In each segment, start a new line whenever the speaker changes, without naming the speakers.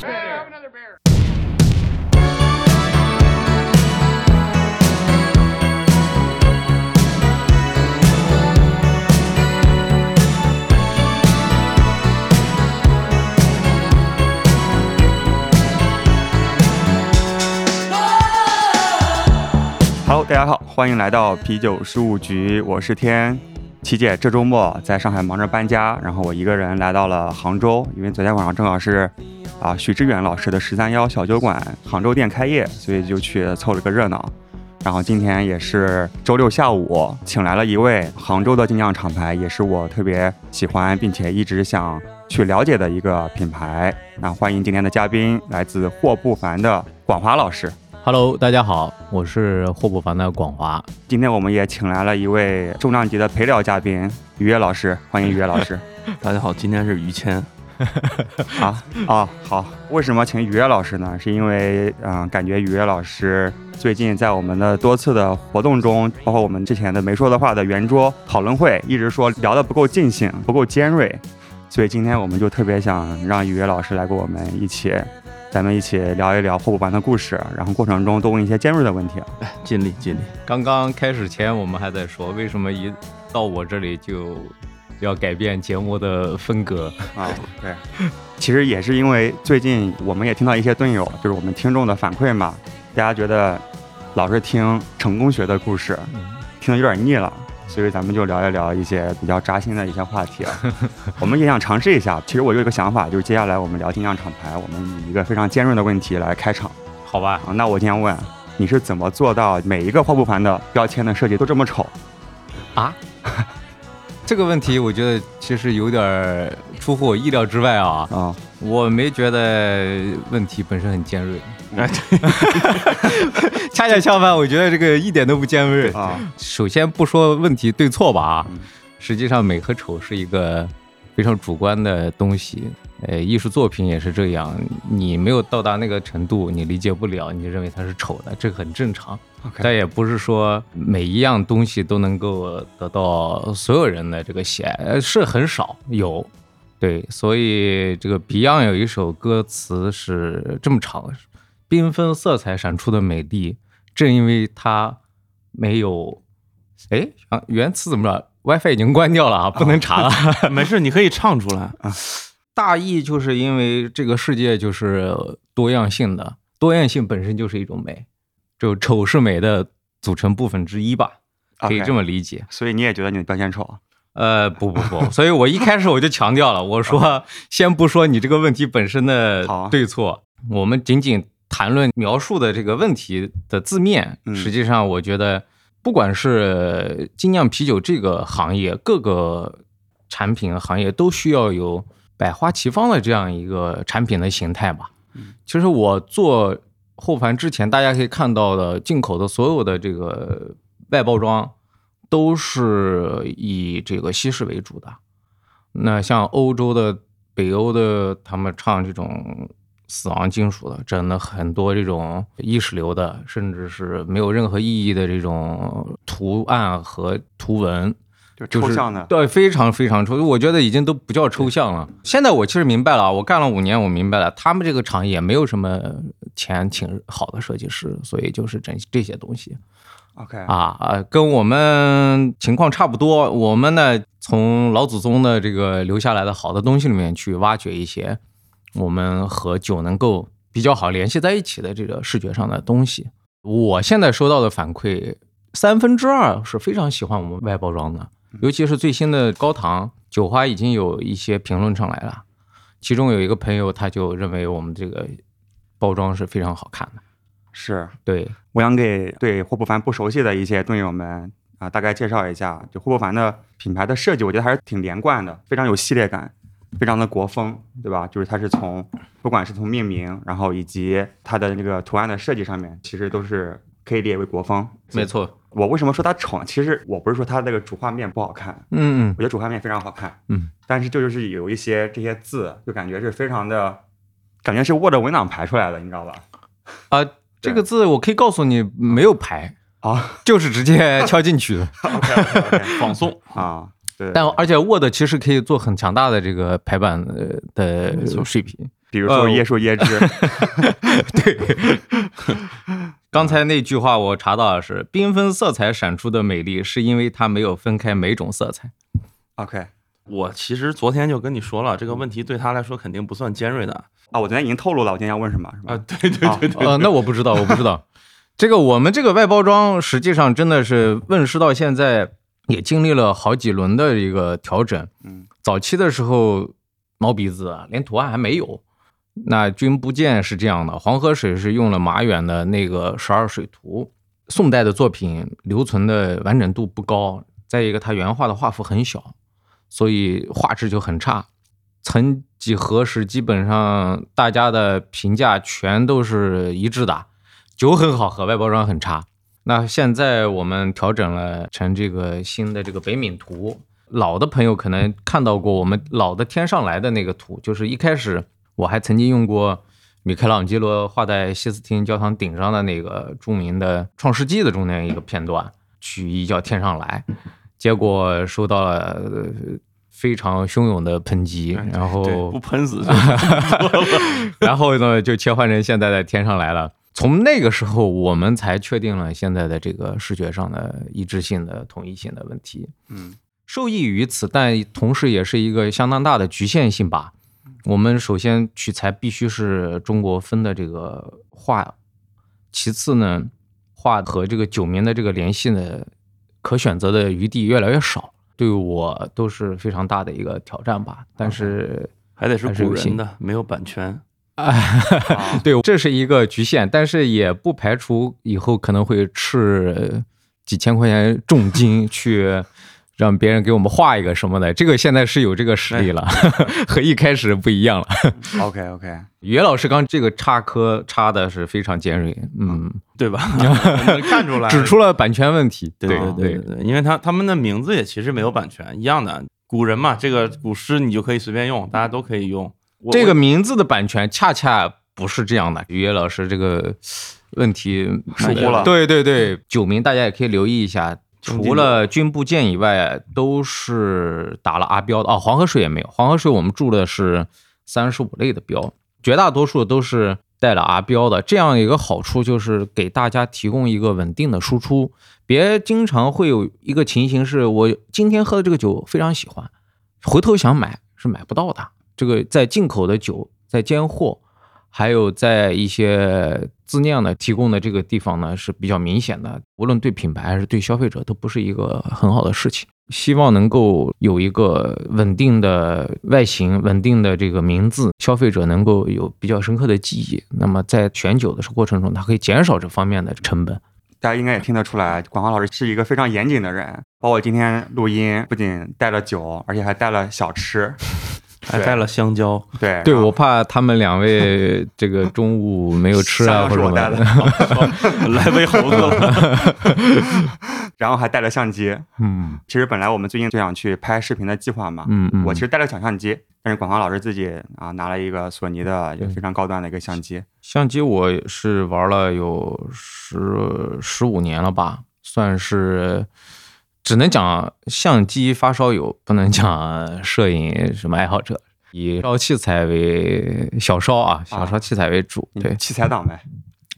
Brother Bear.
Hello，大家好，欢迎来到啤酒事务局，我是天。琪姐这周末在上海忙着搬家，然后我一个人来到了杭州，因为昨天晚上正好是啊许知远老师的十三幺小酒馆杭州店开业，所以就去凑了个热闹。然后今天也是周六下午，请来了一位杭州的精酿厂牌，也是我特别喜欢并且一直想去了解的一个品牌。那欢迎今天的嘉宾，来自霍不凡的广华老师。
Hello，大家好，我是霍不凡的广华。
今天我们也请来了一位重量级的陪聊嘉宾，于越老师，欢迎于越老师。
大家好，今天是于谦。
啊啊，好，为什么请于越老师呢？是因为嗯、呃感觉于越老师最近在我们的多次的活动中，包括我们之前的没说的话的圆桌讨论会，一直说聊得不够尽兴，不够尖锐，所以今天我们就特别想让于越老师来跟我们一起。咱们一起聊一聊霍布凡的故事，然后过程中多问一些尖锐的问题啊。
尽力 尽力，
刚刚开始前，我们还在说，为什么一到我这里就要改变节目的风格？
啊，对，其实也是因为最近我们也听到一些队友，就是我们听众的反馈嘛，大家觉得老是听成功学的故事，
嗯
听得有点腻了，所以咱们就聊一聊一些比较扎心的一些话题 啊。我们也想尝试一下，其实我有一个想法，就是接下来我们聊精酿厂牌，我们以一个非常尖锐的问题来开场
好吧，
啊。那我今天问，你是怎么做到每一个泡布盘的标签的设计都这么丑？
这个问题我觉得其实有点儿出乎我意料之外啊，
啊、
我没觉得问题本身很尖锐
嗯，
恰恰相反，我觉得这个一点都不尖锐。
啊，
首先不说问题对错吧啊
嗯，
实际上美和丑是一个非常主观的东西，呃，艺术作品也是这样，你没有到达那个程度，你理解不了，你就认为它是丑的，这个很正常。
OK
但也不是说每一样东西都能够得到所有人的这个喜爱，呃是很少有。对，所以这个 Beyond 有一首歌词是这么唱：缤纷色彩闪出的美丽，正因为它没有，哎，啊，原词怎么着？WiFi 已经关掉了啊，不能查了。
没事，你可以唱出来。
大意就是因为这个世界就是多样性的，多样性本身就是一种美，就丑是美的组成部分之一吧，可以
啊 OK
这么理解。
所以你也觉得你的标签丑啊？
呃，不不不， 所以我一开始我就强调了，我说先不说你这个问题本身的
好啊
对错，我们仅仅谈论描述的这个问题的字面
嗯。
实际上，我觉得不管是精酿啤酒这个行业，各个产品行业都需要有百花齐放的这样一个产品的形态吧。其实我做后盘之前，大家可以看到的进口的所有的这个外包装都是以这个西式为主的。那像欧洲的、北欧的，他们唱这种死亡金属的，整了很多这种意识流的，甚至是没有任何意义的这种图案和图文。
就是
就
抽
是
象的，
对，非常非常抽，我觉得已经都不叫抽象了。现在我其实明白了啊，我干了五年，我明白了，他们这个厂也没有什么钱请好的设计师，所以就是这这些东西
OK
啊，呃，跟我们情况差不多。我们呢，从老祖宗的这个留下来的好的东西里面去挖掘一些我们和酒能够比较好联系在一起的这个视觉上的东西。我现在收到的反馈，三分之二是非常喜欢我们外包装的，尤其是最新的高堂酒花已经有一些评论上来了，其中有一个朋友他就认为我们这个包装是非常好看的。
是。
对，
我想给对霍不凡不熟悉的一些队友们啊，大概介绍一下，就霍不凡的品牌的设计，我觉得还是挺连贯的，非常有系列感，非常的国风，对吧？就是它是从不管是从命名，然后以及它的那个图案的设计上面，其实都是可以列为国风。
没错，
我为什么说它丑呢？其实我不是说它那个主画面不好看，
嗯嗯
我觉得主画面非常好看，
嗯，
但是就是有一些这些字，就感觉是非常的，感觉是握着文档排出来的，你知道吧？
啊、这个字我可以告诉你没有排，
啊
就是直接敲进去的。
，OK OK OK，
哎放松，
啊，对，
但而且 Word 其实可以做很强大的这个排版呃的水平。
比如说
呃
椰树椰汁，
刚才那句话我查到的是，缤纷色彩闪出的美丽，是因为它没有分开每种色彩。
OK
我其实昨天就跟你说了，这个问题对他来说肯定不算尖锐的
啊，我昨天已经透露了，我今天要问什么，是吧？
啊。对对对对，
呃，那我不知道，我不知 道。这个我们这个外包装实际上真的是问世到现在也经历了好几轮的一个调整。
嗯，
早期的时候毛笔字啊，连图案还没有。那君不见是这样的，黄河水是用了马远的那个十二水图，宋代的作品留存的完整度不高，再一个它原画的画幅很小，所以画质就很差。曾几何时，基本上大家的评价全都是一致的，酒很好喝，外包装很差。那现在我们调整了成这个新的这个北闽图，老的朋友可能看到过我们老的天上来的那个图，就是一开始我还曾经用过米开朗基罗画在西斯廷教堂顶上的那个著名的《创世纪》的中间一个片段，取意叫“天上来”，结果受到了呃非常汹涌的抨击，然后
对不喷死就
然后呢，就切换成现在的天上来了。从那个时候，我们才确定了现在的这个视觉上的一致性的统一性的问题，
嗯，
受益于此，但同时也是一个相当大的局限性吧。我们首先取材必须是中国风的这个画，其次呢，画和这个九民的这个联系呢，可选择的余地越来越少，对我都是非常大的一个挑战吧。但是。
还得是
还是有
古
幸
人的，没有版权。
啊
对，这是一个局限，但是也不排除以后可能会斥几千块钱重金去让别人给我们画一个什么的。这个现在是有这个实力了， 和一开始不一样了。
OK OK，
袁老师刚这个插科插的是非常尖锐，嗯，
对 吧？能看出来，
指出了版权问题。
对
对
对嗯对对，因为他他们的名字也其实没有版权，一样的。古人嘛，这个古诗你就可以随便用，大家都可以用。我
这个名字的版权恰恰不是这样的。于越老师这个问题
疏忽了
对对对，九名大家也可以留意一下。
中间
除了军部舰以外，都是打了阿标的哦。黄河水也没有，黄河水我们注的是三十五类的标，绝大多数都是带了阿标的。这样一个好处就是给大家提供一个稳定的输出，别经常会有一个情形是我今天喝的这个酒非常喜欢，回头想买是买不到的。这个在进口的酒，在监货，还有在一些自酿的提供的这个地方呢是比较明显的，无论对品牌还是对消费者都不是一个很好的事情。希望能够有一个稳定的外形、稳定的这个名字，消费者能够有比较深刻的记忆。那么在选酒的过程中，它可以减少这方面的成本。
大家应该也听得出来，广华老师是一个非常严谨的人。包括今天录音，不仅带了酒，而且还带了小吃。
还带了香蕉，
对
对，
然后
我怕他们两位这个中午没有吃
香蕉
啊，或
是
者
我带的，
来喂猴子了。
然后还带了相机。
嗯
其实本来我们最近就想去拍视频的计划嘛，
嗯嗯，
我其实带了小相机，但是广华老师自己啊拿了一个索尼的也非常高端的一个相机。
相机我是玩了有十十五年了吧，算是只能讲相机发烧友，不能讲摄影什么爱好者。以烧器材为小烧啊，小烧器材为主。
你
对
器材党呗。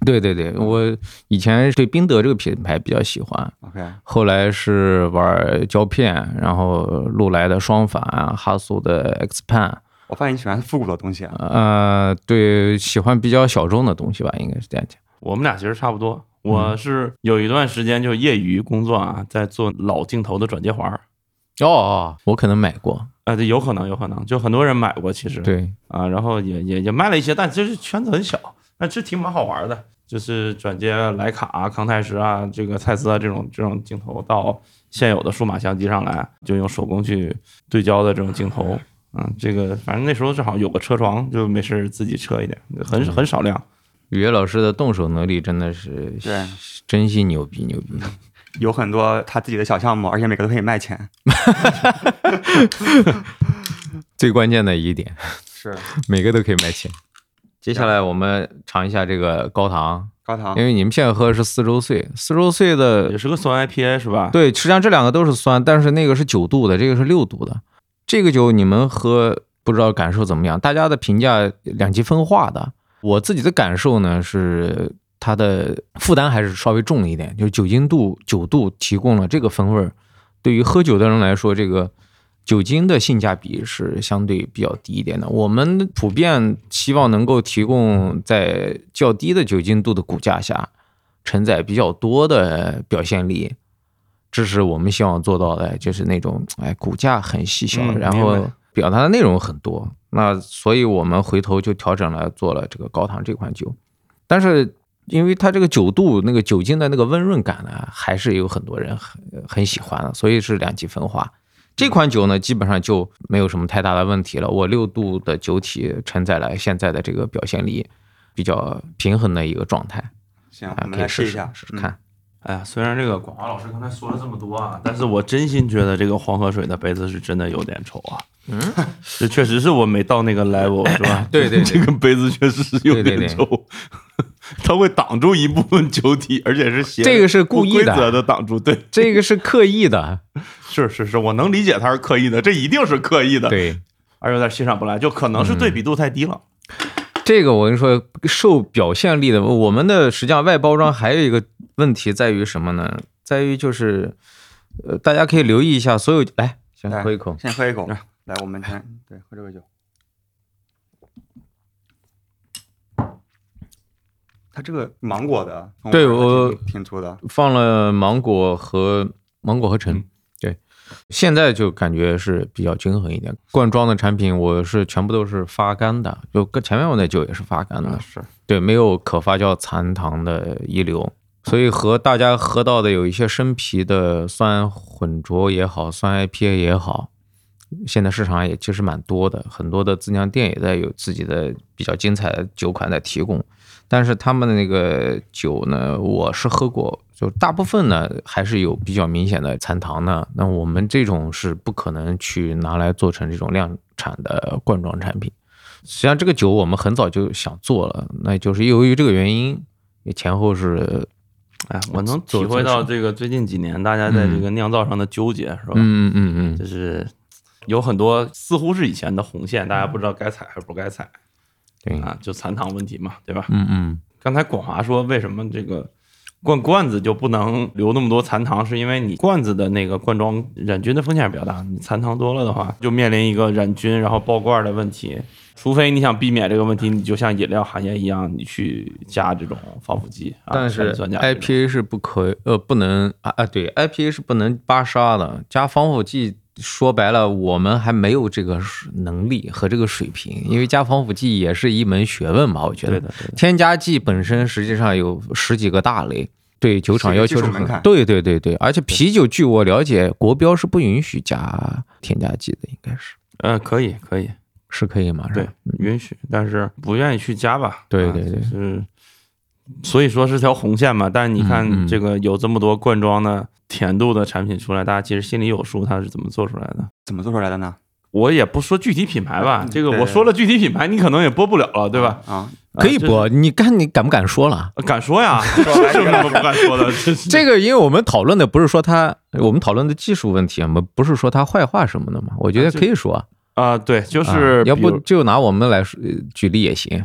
对对对，我以前对宾得这个品牌比较喜欢，
OK，
后来是玩胶片，然后禄来的双反，啊哈苏的 X Pan，
我发现你喜欢复古的东西啊。
呃，对，喜欢比较小众的东西吧，应该是这样讲。
我们俩其实差不多。我是有一段时间就业余工作啊，在做老镜头的转接环儿
哦哦，我可能买过，
啊，这有可能，有可能，就很多人买过，其实
对，
啊，然后也也也卖了一些，但其实圈子很小，那这挺蛮好玩的，就是转接徕卡啊、康泰时啊、这个蔡司啊这种这种镜头到现有的数码相机上来，就用手工去对焦的这种镜头。嗯，这个反正那时候正好有个车床，就没事儿自己车一点，很很少量。
语言老师的动手能力真的是
对，
真心牛逼牛逼。
有很多他自己的小项目，而且每个都可以卖钱。
最关键的一点，
是
每个都可以卖钱。接下来我们尝一下这个高糖，
高糖
因为你们现在喝的是四周岁，四周岁
也
的
是个酸 IPA 是吧？
对，实际上这两个都是酸，但是那个是九度的，这个是六度的。这个酒你们喝不知道感受怎么样。大家的评价两极分化的，我自己的感受呢是它的负担还是稍微重一点，就是酒精度酒度提供了这个风味儿，对于喝酒的人来说，这个酒精的性价比是相对比较低一点的。我们普遍希望能够提供在较低的酒精度的骨架下，承载比较多的表现力。这是我们希望做到的，就是那种哎骨架很细小，
嗯
然
明
后
白
表达的内容很多。那所以我们回头就调整了，做了这个高糖这款酒，但是。因为它这个酒度那个酒精的那个温润感呢，还是有很多人很很喜欢的，所以是两极分化。这款酒呢，基本上就没有什么太大的问题了。我六度的酒体承载了现在的这个表现力比较平衡的一个状态，
行，
啊
我，们
可
来
以
试
试
一
试
下，
试
嗯
试。看。
哎呀，虽然这个广华老师刚才说了这么多啊，但是我真心觉得这个黄河水的杯子是真的有点丑啊。
嗯，
这确实是我没到那个 level，是吧？
对对对
这个杯子确实是有点丑， 它会挡住一部分酒 体，而且是斜的
这个是故意的
不规则的挡住。对，
这个是刻意 的，
是是是，我能理解他是刻意的，这一定是刻意的。，
对
而有点欣赏不来，就可能是对比度太低了。
这个我跟你说，受表现力的。我们的实际上外包装还有一个问题在于什么呢？在于就是，呃，大家可以留意一下所有来，先
来
喝一口，
先喝一口，来，我们先对喝这个酒。它这个芒果的，从
对
看它
我
挺挺粗的，
放了芒果和芒果和橙，对，现在就感觉是比较均衡一点。罐装的产品我是全部都是发干的，就跟前面我那酒也是发干的，
是，
对，没有可发酵残糖的遗留，所以和大家喝到的有一些生啤的酸混浊也好，酸 IPA 也好，现在市场上也其实蛮多的，很多的自酿店也在有自己的比较精彩的酒款在提供，但是他们的那个酒呢，我是喝过，就大部分呢还是有比较明显的残糖的，那我们这种是不可能去拿来做成这种量产的罐装产品。实际上这个酒我们很早就想做了，那就是由于这个原因，也前后是，
哎，我能体会到这个最近几年大家在这个酿造上的纠结，是吧？
嗯嗯嗯，
就是有很多似乎是以前的红线，大家不知道该踩还是不该踩
对，
啊，就残糖问题嘛，对吧？
嗯嗯，
刚才广华说为什么这个罐罐子就不能留那么多残糖，是因为你罐子的那个罐装染菌的风险比较大，你残糖多了的话，就面临一个染菌然后爆罐的问题。除非你想避免这个问题，你就像饮料含盐一样，你去加这种防腐剂啊，
但
碳
是
酸钾这种
IPA 是不可以呃不能啊啊对，IPA 是不能八十二的，加防腐剂。说白了，我们还没有这个能力和这个水平，因为加防腐剂也是一门学问吧，我觉
对
得
的。对的
添加剂本身实际上有十几个大类，对酒厂要求是
技术门槛
很对对对对，而且啤酒据我了解，国标是不允许加添加剂的，应该是
呃，可以可以，
是可以吗？是
对
吧，
允许，但是不愿意去加吧。
对
啊
对对
就是所以说是条红线嘛。但是你
嗯
看
嗯
这个有这么多罐装的甜度的产品出来，大家其实心里有数，它是怎么做出来的。
怎么做出来的呢？
我也不说具体品牌吧
嗯，
这个
对
我说了具体品牌，你可能也播不了了，对吧？
啊，
啊
可以
这
播，你看你敢不敢说了？
呃敢说呀？ 这是 么不敢说的？ 这是
这个，因为我们讨论的不是说它，我们讨论的技术问题，我们不是说它坏话什么的嘛，我觉得可以说啊，
啊，对，就是
要
比如
不就拿我们来说呃举例也行。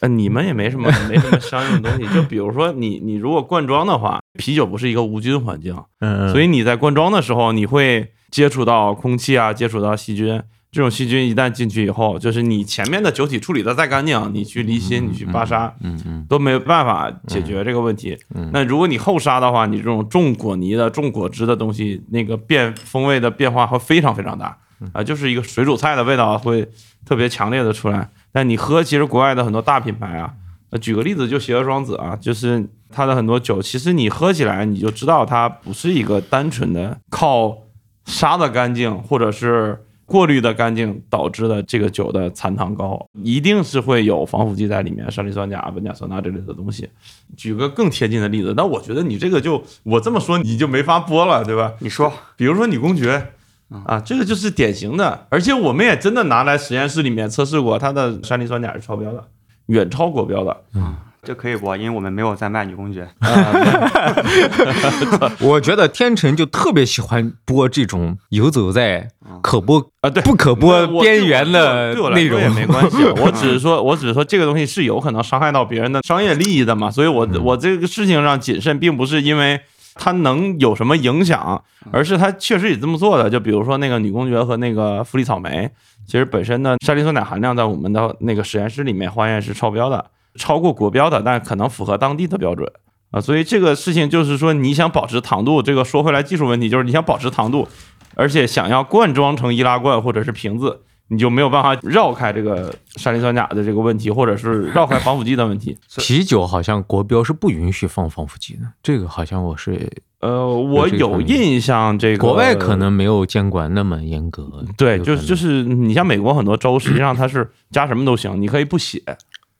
呃，你们也没什么没什么商用的东西，就比如说你你如果罐装的话，啤酒不是一个无菌环境，
嗯
所
以
以你在灌装的时候，你会接触到空气啊，接触到细菌。这种细菌一旦进去以后，就是你前面的酒体处理的再干净，你去离心，你去巴杀，
嗯嗯
都没办法解决这个问题。
嗯
那如果你后杀的话，你这种重果泥的、重果汁的东西，那个变风味的变化会非常非常大啊、
嗯
就是一个水煮菜的味道会特别强烈的出来。但你喝，其实国外的很多大品牌啊，呃举个例子，就邪恶双子啊，就是它的很多酒，其实你喝起来你就知道它不是一个单纯的靠杀的干净或者是过滤的干净导致的这个酒的残糖高，一定是会有防腐剂在里面，山梨酸钾、苯甲酸钠这类的东西。举个更贴近的例子，那我觉得你这个就我这么说你就没法播了，对吧？
你说
比如说女公爵。
嗯
啊，这个就是典型的，而且我们也真的拿来实验室里面测试过，它的山梨酸钾是超标的，远超国标的。
这可以播，因为我们没有在卖女公爵。
我觉得天成就特别喜欢播这种游走在
嗯
可播
啊对
不可播边缘的
对我来
内
说
容
也没关系，我只是说，我只是说这个东西是有可能伤害到别人的商业利益的嘛，所以我我这个事情上谨慎，并不是因为它能有什么影响，而是它确实也这么做的。就比如说那个女公爵和那个馥丽草莓，其实本身的山梨酸奶含量在我们的那个实验室里面化验是超标的，超过国标的，但可能符合当地的标准。啊，所以这个事情就是说，你想保持糖度，这个说回来技术问题，就是你想保持糖度，而且想要灌装成易拉罐或者是瓶子，你就没有办法绕开这个山梨酸钾的这个问题，或者是绕开防腐剂的 问题。
啤酒好像国标是不允许放防腐剂的，这个好像我是
呃，我
这个
有
方面
印象，这个
国外可能没有监管那么严格。
对，
有
就
可
是
能
就是你像美国很 多州，实际上它是加什么都行，你可以不写，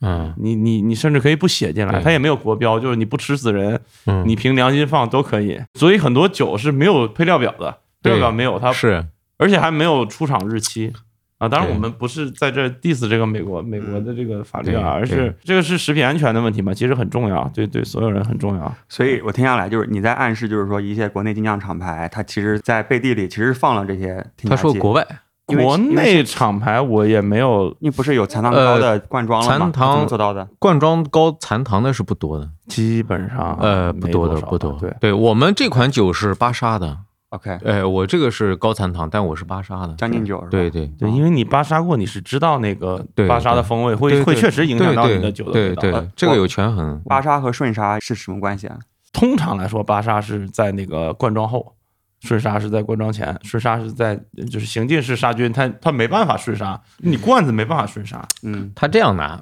嗯
你你你甚至可以不写进来，
对
它也没有国标，就是你不吃死人，
嗯，
你凭良心放都可以。所以很多酒是没有配料表的，配
对
料表没有，它
是
而且还没有出厂日期啊。当然，
对嗯
我们不是在这儿 diss 这个美国美国的这个法律啊，
对
而是
对
这个是食品安全的问题嘛，其实很重要，对对，所有人很重要。
所以我听下来就是你在暗示，就是说一些国内精酿厂牌，它其实在背地里其实放了这些添加剂。
他说国外
因为
国内厂牌我也没有，
你不是有残糖高的灌装了吗？
呃残糖
怎么做到的？
灌装高残糖的是不多的，
基本上
呃，不
啊没
多的
少吧
不多。
对，
我们这款酒是巴沙的，
OK，
哎，我这个是高残糖，但我是巴沙的，
将近九是吧？
对对。
对，因为你巴沙过，你是知道那个
啊对
巴沙的风味会
对
会
对
确实影响到
对
你
对
的酒的味
对
道。
对
呃
对，这个
我
有权衡。
巴沙和顺沙是什么关系啊？
通常来说，巴沙是在那个灌装后，顺沙是在灌装前，顺沙是在就是行进式杀菌，它它没办法顺沙，你罐子没办法顺沙，
嗯，
他这样拿，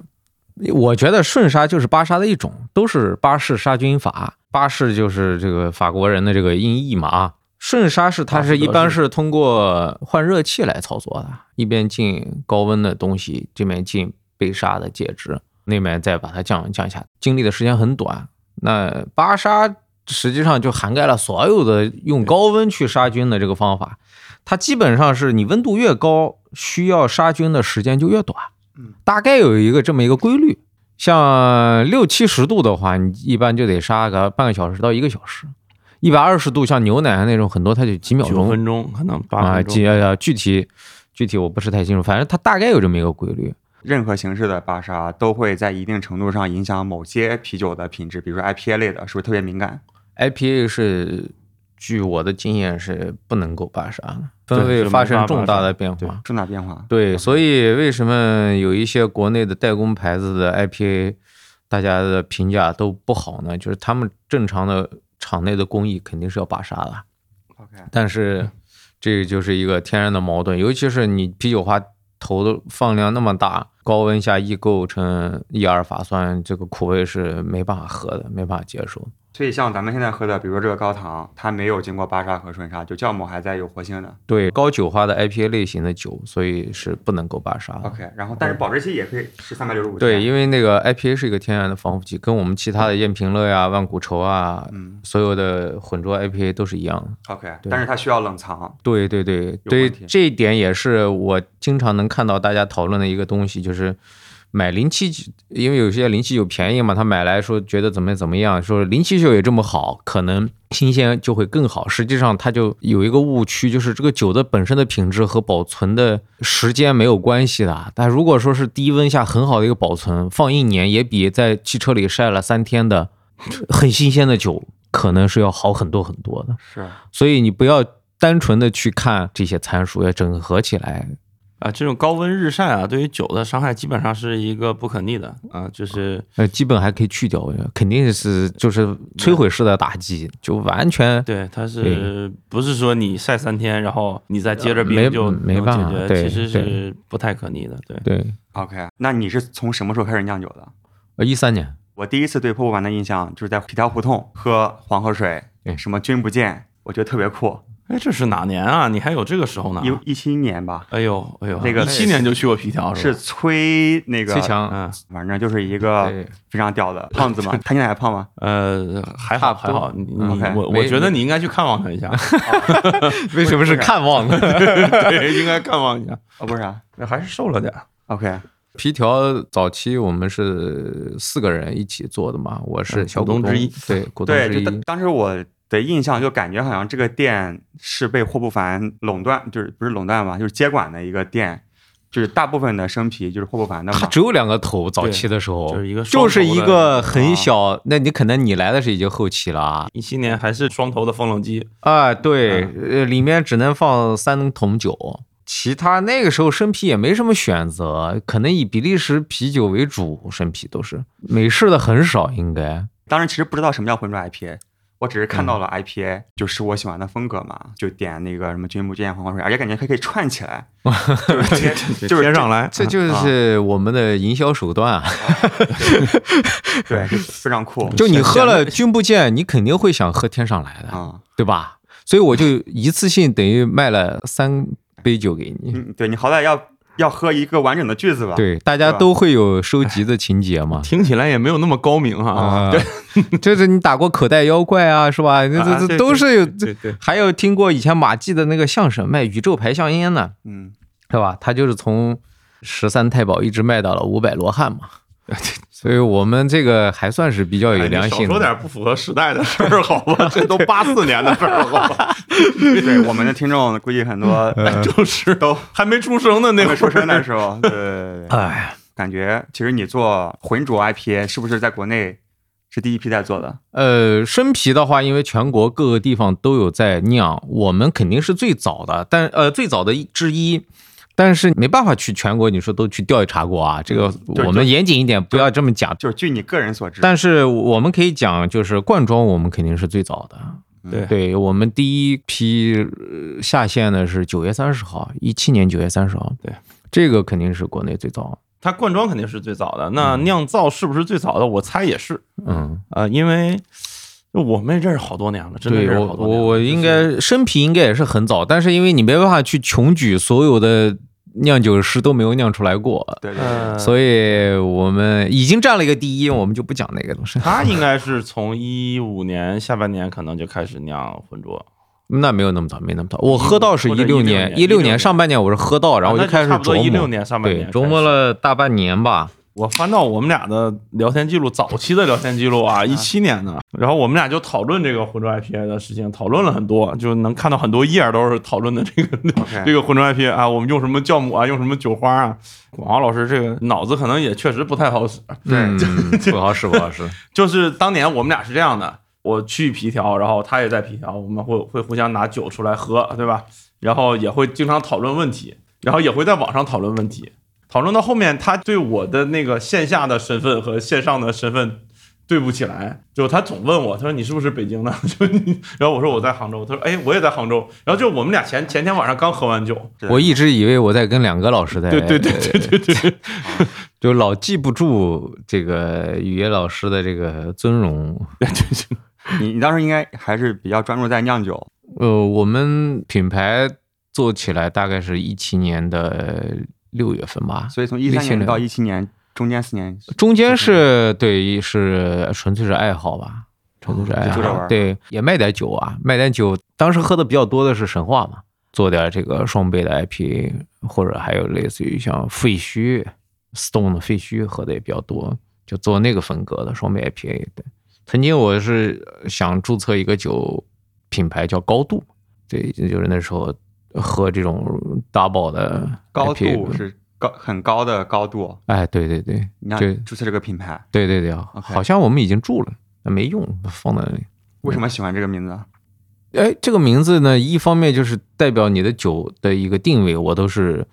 我觉得顺沙就是巴沙的一种，都是巴氏杀菌法。巴氏就是这个法国人的这个音译嘛啊。顺沙是它
巴氏
是
德
一般
式
是通过换热器来操作的，一边进高温的东西，这边进被杀的介质，那边再把它降降下，经历的时间很短。那巴沙实际上就涵盖了所有的用高温去杀菌的这个方法，它基本上是你温度越高，需要杀菌的时间就越短。
嗯
大概有一个这么一个规律。像六七十度的话，你一般就得杀个半个小时到一个小时。一百二十度，像牛奶啊那种，很多它就几秒
九
钟
分钟可能八
啊，
分钟
几。呃具体具体我不是太清楚，反正它大概有这么一个规律。
任何形式的巴沙都会在一定程度上影响某些啤酒的品质，比如说 IPA 类的，是不是特别敏感？
IPA 是据我的经验是不能够巴杀的，
对
风味
是
发
没
生
法
重
巴
大
杀
的变
对
化。
重大变化？
对，所以为什么有一些国内的代工牌子的 IPA，大家的评价都不好呢？就是他们正常的场内的工艺肯定是要把杀的，
，OK，
但是这个就是一个天然的矛盾，尤其是你啤酒花头的放量那么大，高温下易构成异阿尔法酸，这个苦味是没办法喝的，没办法接受的。
所以像咱们现在喝的，比如说这个高糖，它没有经过巴沙和顺沙，就酵母还在有活性的。
对高酒花的 IPA 类型的酒，所以是不能够把杀的。
OK，然后但是保质期也可以是三百六十五天。
对，因为那个 IPA 是一个天然的防腐剂，跟我们其他的燕平乐呀、万古愁啊，
嗯
所有的混浊 IPA 都是一样的。
，OK，
对
但是它需要冷藏。
对对对
有
对
问题，
这一点也是我经常能看到大家讨论的一个东西，就是买零七酒，因为有些零七酒便宜嘛，他买来说觉得怎么怎么样，说零七酒也这么好，可能新鲜就会更好。实际上，它就有一个误区，就是这个酒的本身的品质和保存的时间没有关系的。但如果说是低温下很好的一个保存，放一年也比在汽车里晒了三天的很新鲜的酒，可能是要好很多很多的。
是，
所以你不要单纯的去看这些参数，要整合起来。
啊，这种高温日晒啊，对于酒的伤害基本上是一个不可逆的啊，就是
呃，基本还可以去掉，肯定是就是摧毁式的打击，就完全
对，它是不是说你晒三天，然后你再接着
呃没
冰就
没
能
办法
解决，
对
其实是不太可逆的。对，
对。
OK，那你是从什么时候开始酿酒的？
呃，一三年，
我第一次对瀑布湾的印象就是在皮条胡同喝黄河水，
对
什么君不见，我觉得特别酷。
哎，这是哪年啊？你还有这个时候呢？
一一七年吧，
哎呦哎呦，
那个
一七年就去过皮条
是
吧？
崔那个
崔，强，
嗯
反正就是一个
对
非常屌的胖子嘛。他现在还胖吗？
呃，还
差
好还
不多
好，你你
OK，
我我
没
觉得你应该去看望他一下，
为什么是看望呢？
对，应该看望一下，
哦，不是啊
还是瘦了点儿。
，OK。
皮条早期我们是四个人一起做的嘛，我是
嗯
小
股东之一，
对，股东
对，
之
就
一
当，当时我的印象就感觉好像这个店是被霍不凡垄断，就是不是垄断吧，就是接管的一个店，就是大部分的生啤就是霍不凡的嘛
他。只有两个头，早期的时候
啊就是一个双头的啊
就是一个很小，那你可能你来的是已经后期了啊，
一七年还是双头的风冷机，
啊，对，呃，里面只能放三桶酒，其他那个时候生啤也没什么选择，可能以比利时啤酒为主，生啤都是美式的很少，应该
当时其实不知道什么叫浑浊 IPA，我只是
嗯
看到了 IPA，、就是我喜欢的风格嘛，就点那个什么君不见黄河水，而且感觉它可以串起 来，就是直接就是
接上来，
这就是我们的营销手段啊。
对，就非常酷
就你喝了君不见，你肯定会想喝天上来的，
啊。
对吧？所以我就一次性等于卖了三杯酒给你。
嗯，对你好歹要要喝一个完整的句子吧。，
对，大家
是吧
都会有收集的情节嘛。
听起来也没有那么高明 哈。
啊，这是你打过口袋妖怪啊，是吧？这
啊
这这
对
都
对
是有
对对，
还有听过以前马季的那个相声卖宇宙牌香烟呢，
嗯，
是吧？他就是从十三太保一直卖到了五百罗汉 嘛，所以我们这个还算是比较有良
哎你
心
少说
的。
点不符合时代的事儿好 吧？这都八四年的事儿了，好吧
对，我们的听众估计很多
嗯
就是
都
还没出生的
那
那会
个
儿
出生的时候，对对对对，
哎，
感觉其实你做浑浊 IPA 是不是在国内是第一批在做的？
呃，生啤的话，因为全国各个地方都有在酿，我们肯定是最早的，但呃最早的一之一。但是没办法去全国，你说都去调查过啊，这个
嗯
就
我们严谨一点，不要这么讲。
就是据你个人所知，
但是我们可以讲，就是灌装，我们肯定是最早的，
对
对我们第一批呃下线的是九月三十号，一七年九月三十号。
对，
这个肯定是国内最早。
它灌装肯定是最早的，那酿造是不是最早的？我猜也是，
嗯，
呃，因为我们也认识好多年了，真的
对
认识
我
好多年了
我我
就是
应该生啤应该也是很早，但是因为你没办法去穷举所有的酿酒师都没有酿出来过，
对对对，
呃，
所以我们已经占了一个第一，我们就不讲那个东西。
他应该是从一五年下半年可能就开始酿浑浊，
那没有那么早，没那么早。我喝到是
或
一
者
六
16
年，
年
一六年上半年我是喝到，然后
啊那
就开始
差不
琢
多
磨。
一六年上半
对，
年
琢磨
开始。
了大半年吧。
我翻到我们俩的聊天记录，早期的聊天记录啊，一七年的，然后我们俩就讨论这个浑浊 IPA 的事情，讨论了很多，就能看到很多页都是讨论的这个
OK
这个浑浊 IPA 啊，我们用什么酵母啊，用什么酒花啊。广豪老师这个脑子可能也确实不太好使，
对
嗯， 不好使，不好使。
就是当年我们俩是这样的，我去皮条，然后他也在皮条，我们会会互相拿酒出来喝，对吧？然后也会经常讨论问题，然后也会在网上讨论问题。讨论到后面，他对我的那个线下的身份和线上的身份对不起来，就他总问我，他说你是不是北京的？就你，然后我说我在杭州，他说哎我也在杭州。然后就我们俩前前天晚上刚喝完酒，
对
我一直以为我在跟两个老师在，
对对对
对对对，就老记不住这个语言老师的这个尊容。
你你当时应该还是比较专注在酿酒，
呃，我们品牌做起来大概是一七年的六月份吧，
所以从一三
理性
年呃
的
到一七年中间四年，
中间是对是纯粹是爱好吧。纯粹是爱
哦就这玩意
好，
儿
对，也卖点酒啊，卖点酒。当时喝的比较多的是神话嘛，做点这个双倍的 IPA，或者还有类似于像废墟 Stone 的废墟喝的也比较多，就做那个风格的双倍 IPA 的。曾经我是想注册一个酒品牌叫高度，对，就是那时候喝这种 double 的
高
IPA
度是高很高的高度，
哎，对对对，
你要
对
注册这个品牌，
对对对啊，
OK
好像我们已经住了，那没用，放在那里。
为什么喜欢这个名字？
哎，这个名字呢，一方面就是代表你的酒的一个定位，我都是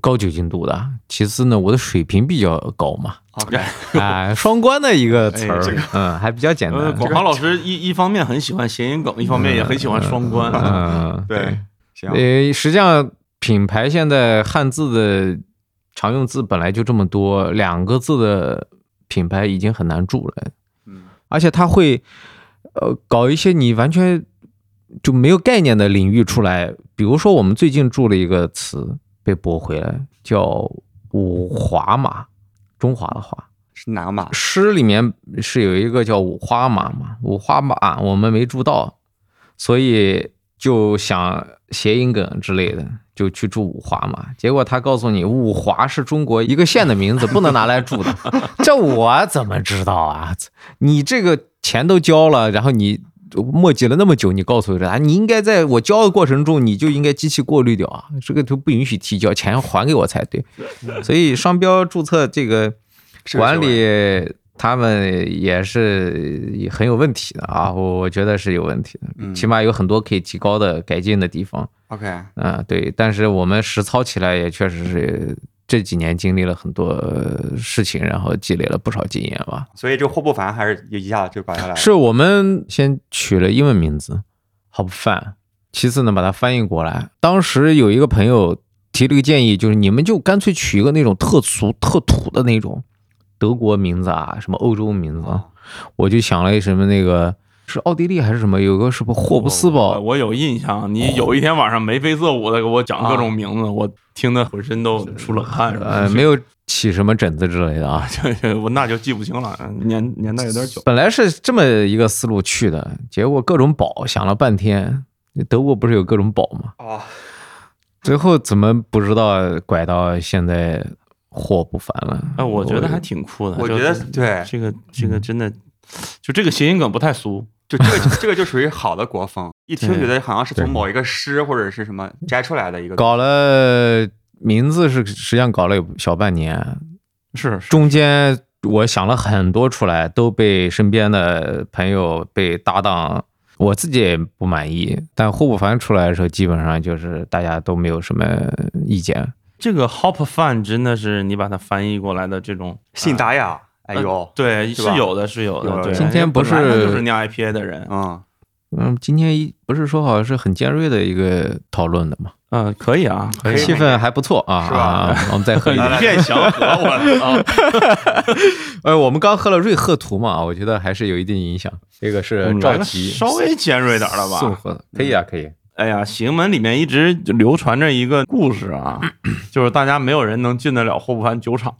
高酒精度的；啊其次呢，我的水平比较高 嘛，
OK，
啊、双关的一个词儿，嗯，还比较简
呃，
单。
广豪老师一一方面很喜欢谐音梗，一方面也很喜欢双关。
嗯，
对，行，
呃，实际上品牌现在汉字的常用字本来就这么多，两个字的品牌已经很难住了。
嗯，
而且他会呃搞一些你完全就没有概念的领域出来。比如说，我们最近注了一个词被驳回来，叫“五华马”，中华的华。
是哪个码？
诗里面是有一个叫五花马嘛，五花马我们没注到，所以就想谐音梗之类的，就去住五华嘛。结果他告诉你，五华是中国一个县的名字，不能拿来 住的。这我怎么知道啊？你这个钱都交了，然后你墨迹了那么久，你告诉我这啊？你应该在我交的过程中，你就应该机器过滤掉啊，这个都不允许提交，钱要还给我才对。所以商标注册这个
是
管理。他们也是很有问题的啊，我我觉得是有问题的。
嗯
起码有很多可以提高的、改进的地方。
OK，
啊、对，但是我们实操起来也确实是这几年经历了很多呃事情，然后积累了不少经验吧。
所以这霍不凡还是一下子就搞下来了。
是我们先取了英文名字 Hop Fan，其次呢把它翻译过来。当时有一个朋友提了个建议，就是你们就干脆取一个那种特俗、特土的那种德国名字啊，什么欧洲名字啊。我就想了一什么那个哦是奥地利还是什么，有个什么霍布斯堡
我我有印象，你有一天晚上眉飞色舞的给我讲各种名字，我听得浑身都出冷汗。是吧
呃，没有起什么疹子之类的啊。
我那就记不清了，年年代有点久。
本来是这么一个思路去的，结果各种宝想了半天，德国不是有各种宝吗？
哦，
最后怎么不知道拐到现在祸不凡了？
哎，我觉得还挺酷的。
我觉
就
得
是
对，
这个这个真的，就这个谐音梗不太俗。
就这个这个就属于好的国风，一听觉得好像是从
对
某一个诗或者是什么摘出来的一个。
搞了名字是实际上搞了有小半年，
是是，
中间我想了很多出来，都被身边的朋友、被搭档，我自己也不满意。但霍不凡出来的时候，基本上就是大家都没有什么意见。
这个 hop fun 真的是你把它翻译过来的这种
信达雅，哎
呃
呦，
对，
是
是
吧
有的，是有
有
的。
的
对，
今
天不是
本来他就是酿 IPA 的人，啊
嗯，
嗯，今天一不是说好像是很尖锐的一个讨论的嘛，
嗯，可以啊，
可以
气氛还不错啊，
是吧
啊 我们再喝一点。
一片祥和，我 操！
哎，我们刚喝了瑞鹤图嘛，我觉得还是有一定影响。这个
我
是
们
赵
来个
琦
稍微尖锐点儿了
送
吧？
货的，可以啊，可以。
哎呀，行门里面一直流传着一个故事啊，就是大家没有人能进得了霍布凡酒厂。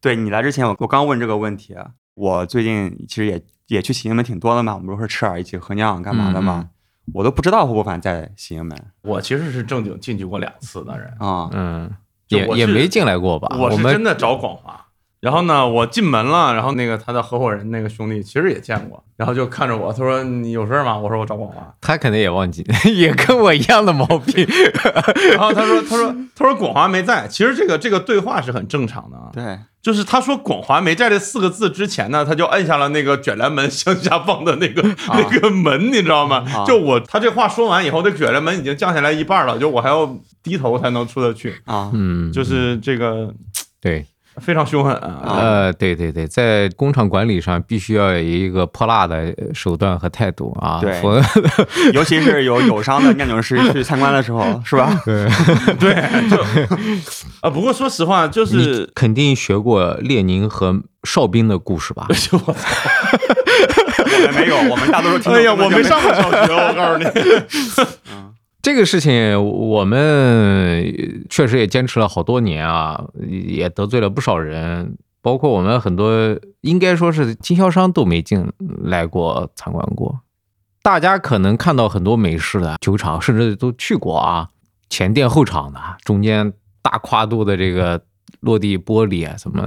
对你来之前，我我刚问这个问题，啊我最近其实也也去喜盈门挺多的嘛，我们不是吃点一起喝酿干嘛的
嗯
嘛，我都不知道霍不凡在喜盈门
我其实是正经进去过两次的人，
啊，
嗯，
就
也
我
也
是
没进来过吧？
我
我
是
们
真的找广华。然后呢，我进门了，然后那个他的合伙人那个兄弟其实也见过，然后就看着我，他说你有事儿吗？我说我找广华。
他肯定也忘记， 也跟我一样的毛病。
然后他说他说他说广华没在，其实这个这个对话是很正常的啊。
对，
就是他说“广华没在”这四个字之前呢，他就按下了那个卷帘门向下放的那个、那个门，你知道吗？
啊
就我他这话说完以后，那卷帘门已经降下来一半了，就我还要低头才能出得去，
啊，
嗯，
就是这个
对，
非常凶狠啊！
呃，对对对，在工厂管理上必须要有一个泼辣的手段和态度啊，
对
否则
尤其是有友商的酿酒师去参观的时候，是吧？
呃
对，就啊，不过说实话，就
你
是
肯定学过列宁和哨兵的故事吧？
就 我操，
我们没有，我们大多数听众
哎呀，
根本
我
就
没上过小 学，我告诉你，
这个事情我们确实也坚持了好多年啊，也得罪了不少人，包括我们很多应该说是经销商都没进来过参观过。大家可能看到很多美式的酒厂，甚至都去过啊，前店后厂的，啊中间大跨度的这个落地玻璃啊，什么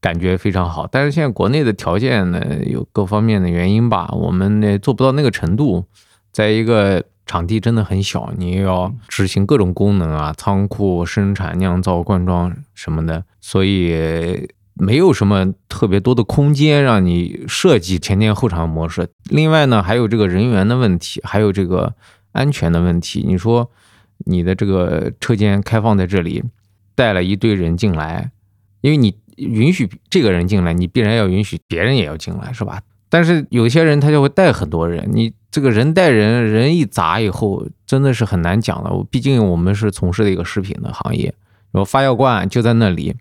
感觉非常好。但是现在国内的条件呢，有各方面的原因吧，我们呢做不到那个程度。在一个场地真的很小，你又要执行各种功能啊，仓库、生产、酿造、灌装什么的，所以没有什么特别多的空间让你设计前店后厂模式。另外呢，还有这个人员的问题，还有这个安全的问题。你说你的这个车间开放在这里，带了一堆人进来，因为你允许这个人进来，你必然要允许别人也要进来，是吧？但是有些人他就会带很多人，你这个人带人，人一砸以后，真的是很难讲的。我毕竟我们是从事的一个食品的行业，然后发酵罐就在那里，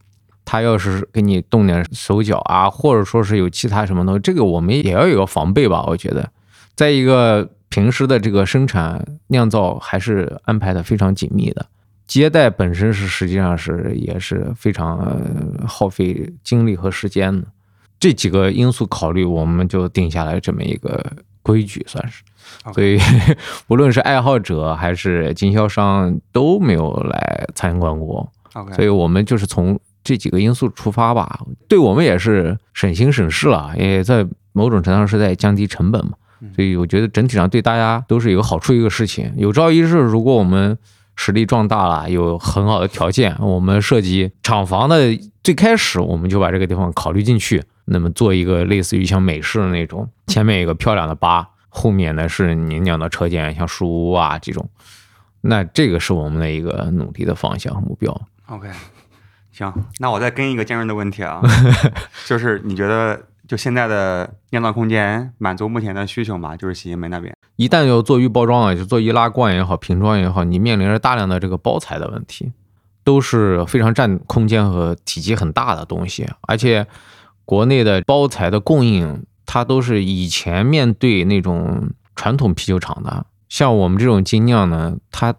他要是给你动点手脚啊，或者说是有其他什么东西，这个我们也要有个防备吧，我觉得。再一个，平时的这个生产酿造还是安排的非常紧密的，接待本身是实际上是也是非常呃耗费精力和时间的。这几个因素考虑，我们就定下来这么一个规矩，算是。
OK
所以， 无论是爱好者还是经销商都没有来参观过。
OK，
所以我们就是从这几个因素出发吧，对我们也是省心省事了，啊也在某种程度上是在降低成本嘛
嗯。
所以我觉得整体上对大家都是有好处一个事情。有朝一日，如果我们实力壮大了，有很好的条件，我们涉及厂房的最开始，我们就把这个地方考虑进去，那么做一个类似于像美式的那种，前面有个漂亮的吧，后面呢是您讲的车间，像书屋啊这种，那这个是我们的一个努力的方向和目标。
OK，行，那我再跟一个尖锐的问题 啊，就是你觉得就现在的酿造空间满足目前的需求吗？就是喜盈门那边
一旦要做预包装啊，就做易拉罐也好，瓶装也好，你面临着大量的这个包材的问题，都是非常占空间和体积很大的东西，而且国内的包材的供应，它都是以前面对那种传统啤酒厂的，像我们这种精酿呢，它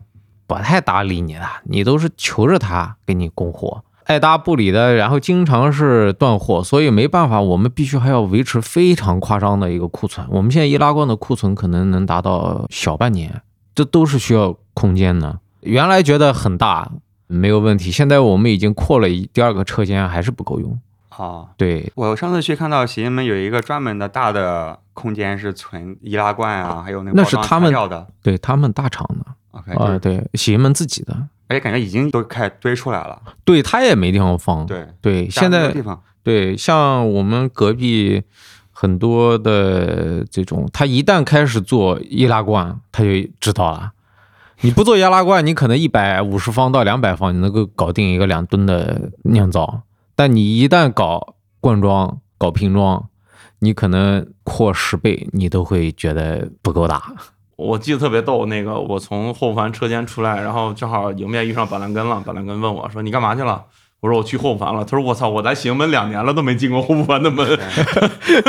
不太搭理你的，你都是求着它给你供货。爱搭不理的，然后经常是断货，所以没办法，我们必须还要维持非常夸张的一个库存。我们现在易拉罐的库存可能能达到小半年，这都是需要空间的。原来觉得很大没有问题，现在我们已经扩了一第二个车间，还是不够用。
啊。
对，
我上次去看到喜盈门有一个专门的大的空间是存易拉罐啊，还有那个
那
包
是
装
他
材
们
料的。
对他们大厂的
OK，
啊、
就是
对，喜盈门自己的，
而且感觉已经都开始堆出来了。
对他也没地方放。
对，
对，
这样一
现
个
在
地方
对，像我们隔壁很多的这种，他一旦开始做易拉罐，他就知道了。你不做易拉罐，你可能一百五十方到两百方，你能够搞定一个两吨的酿造。但你一旦搞罐装、搞瓶装，你可能扩十倍，你都会觉得不够大。
我记得特别逗，那个我从霍凡车间出来，然后正好迎面遇上板蓝根了。板蓝根问我说：“你干嘛去了？”我说：“我去霍凡了。”他说：“我操，我来喜盈门两年了，都没进过霍凡的门。”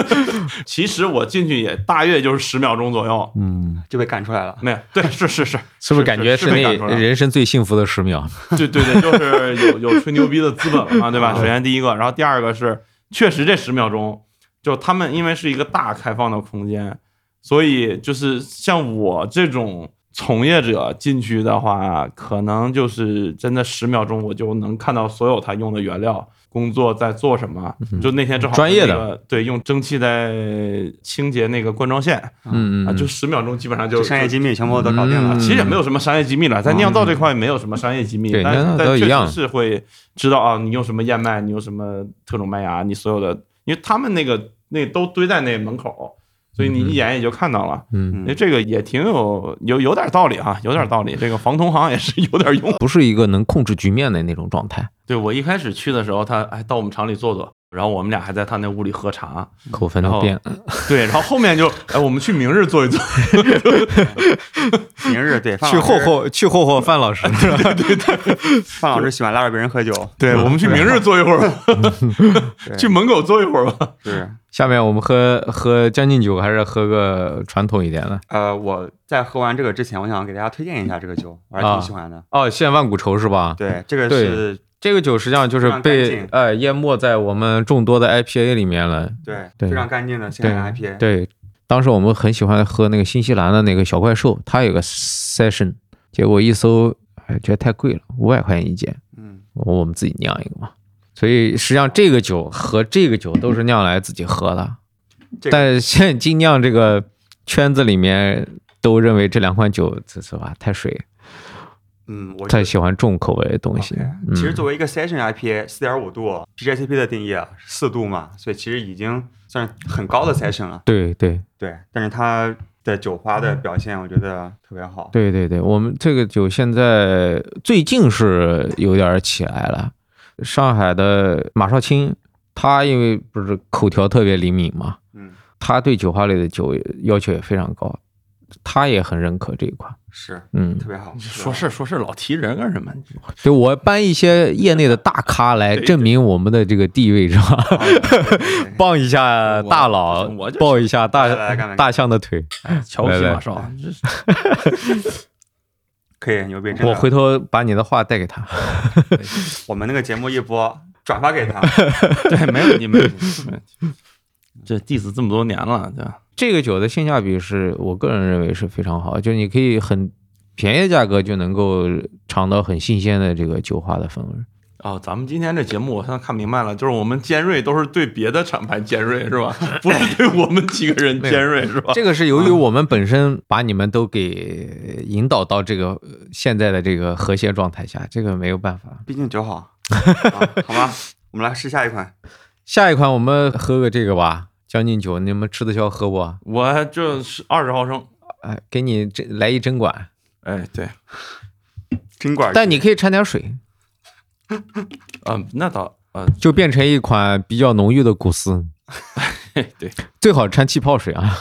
其实我进去也大约就是十秒钟左右，
嗯，
就被赶出来了。
没有，对，是是是，
是不是感觉
是
是
被
那
赶出来了
人生最幸福的十秒？
对对对，就是有有吹牛逼的资本了嘛，对
嗯
吧？首先第一个，然后第二个是，确实这十秒钟，就他们因为是一个大开放的空间，所以就是像我这种从业者进去的话，可能就是真的十秒钟我就能看到所有他用的原料。工作在做什么？就那天正好
嗯专业的
那个，对，用蒸汽在清洁那个灌装线
嗯嗯，
啊，
嗯
就十秒钟，基本上就
就商业机密全部都搞定了
嗯。
啊其实也没有什么商业机密了，在酿造这块没有什么商业机密，
对
但
那
但
都一
确
样
实是会知道啊，你用什么燕麦，你用什么特种麦芽，你所有的，因为他们那个那都堆在那门口，所以你一眼也就看到了。
嗯。
那这个也挺有有有点道理啊，有点道理。这个防同行也是有点用。
不是一个能控制局面的那种状态，
对我一开始去的时候，他哎到我们厂里坐坐，然后我们俩还在他那屋里喝茶，
口分
然后
辨。
对，然后后 面就哎我们去明日坐一坐，
明日对，范
去
老师
霍，霍去霍霍 范老师，
范老师喜欢拉着别人喝酒。
对 我们去明日
啊
坐一会儿吧，
对
去门口坐一会儿吧。
是
下面我们喝喝将进酒，还是喝个传统一点的？
呃，我在喝完这个之前，我想给大家推荐一下这个酒，我还挺喜欢的。
哦，现万古愁是吧？
对，这个
对
是
这个酒实际上就是
非常干
被
净
呃淹没在我们众多的 IPA 里面了。
对
对
非常干净的现
对
代 IPA。
对，当时我们很喜欢喝那个新西兰的那个小怪兽，它有个 session，结果一搜，哎，觉得太贵了，五百块钱一件，
嗯，
我们自己酿一个嘛。所以实际上这个酒和这个酒都是酿来自己喝的。
这个
但现在精酿这个圈子里面都认为这两款酒，这是吧太水，
嗯，我觉
太
得
喜欢重口味的东西
OK。
嗯
其实作为一个 session IPA，四点五度 PJCP 的定义啊四度嘛，所以其实已经算是很高的
哦
session 了。
对对
对，但是它的酒花的表现，我觉得特别好。
嗯对对对，我们这个酒现在最近是有点起来了。上海的马少卿，他因为不是口条特别灵敏嘛，
嗯，
他对酒花类的酒要求也非常高，他也很认可这一款。
是
嗯，
特别好。
说 事说事老提人干什么？你这
对我搬一些业内的大咖来
对
证明我们的这个地位是吧？
啊对对对
抱一下大佬
我我就，是
抱一下
来来来干嘛
大大象的腿。
瞧不起
来来
马少， 这是
可以牛逼！真的
我回头把你的话带给他。
我们那个节目一播，转发给他。
对，没有你们。没问题 这 diss 这么多年了，对吧？
这个酒的性价比是我个人认为是非常好，就是你可以很便宜的价格就能够尝到很新鲜的这个酒花的风味。
哦，咱们今天这节目，我现在看明白了，就是我们尖锐都是对别的厂牌尖锐，是 吧？不是对我们几个人尖锐，是
哦
吧？
这个是由于我们本身把你们都给引导到这个呃现在的这个和谐状态下，这个没有办法。
毕竟酒好， 啊好吧？我们来试下一款，
下一款我们喝个这个吧，将进酒，你们吃得消喝不啊？
我这是二十毫升，
哎，给你这来一针管，
哎，对，
金管。
但你可以掺点水，
嗯，那倒，嗯，
就变成一款比较浓郁的古斯，
嘿对，
最好掺气泡水啊。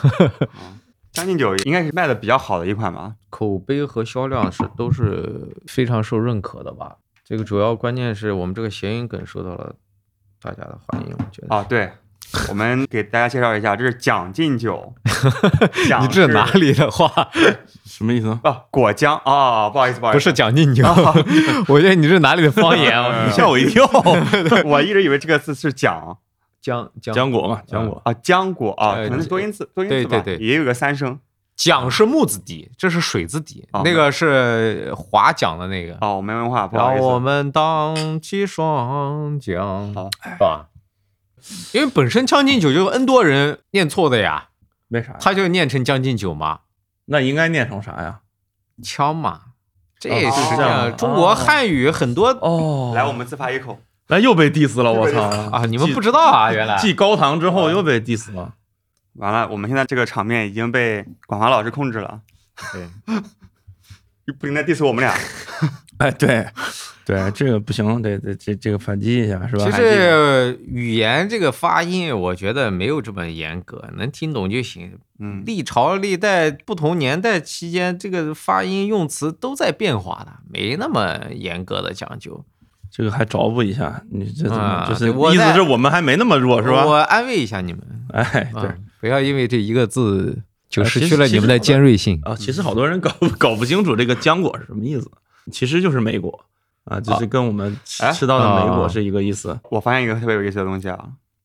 将进酒应该是卖的比较好的一款吧？
口碑和销量是都是非常受认可的吧？这个主要关键是我们这个谐音梗受到了大家的欢迎，我觉得。
啊，对，我们给大家介绍一下，这是蒋进 酒，蒋
你这
是
哪里的 话？
什么意思呢？
啊？果浆啊、不好意思，不好意
不
思，
是蒋进酒， 我觉得你这哪里的方言？
哦
啊
嗯
我
吓我一跳，
我一直以为这个字是 蒋
蒋蒋
浆果嘛，浆果，
啊，浆果啊，
呃
可能是多音字，多音字
对
吧，
对对
也有个三声。
蒋是木字底，这是水字底
哦，
那个是划桨的那个。
哦，我没文化，不好
让
意
我
思。
们荡起双桨，
好
是吧？因为本身《将进酒》就有 N 多人念错的呀，
没啥呀，
他就念成《将进酒》嘛，
那应该念成啥呀？
枪嘛，这
哦
也
是
是
这
这
样
样。中国汉语很多
哦
来，我们自罚一口。
咱又被 diss 了，
又
我
被
操
diss
啊，你们不知道啊，原来
继高堂之后又被 diss 了，
完了，我们现在这个场面已经被广华老师控制了，
对
就 不应该 diss 我们俩。
哎，对，对，这个不行，得得这这个反击一下，是吧？
其
还记得
实语言这个发音，我觉得没有这么严格，能听懂就行。
嗯，
历朝历代不同年代期间，这个发音用词都在变化的，没那么严格的讲究。
这个还着补一下，你这怎么
啊
就是
对我
意思
在
是我们还没那么哦弱，是
我
吧？
安慰一下你们，
哎，
啊
对。
不要因为这一个字就
哎
失
其
去
实
了
其
你们
实
的
好多
尖锐性。
啊，其实好多人搞搞不清楚这个浆果是什么意思，其实就是莓果啊，就是跟我们吃
哎
吃到的莓果
啊
是一个意思。
我发现一个特别有意思的东西啊，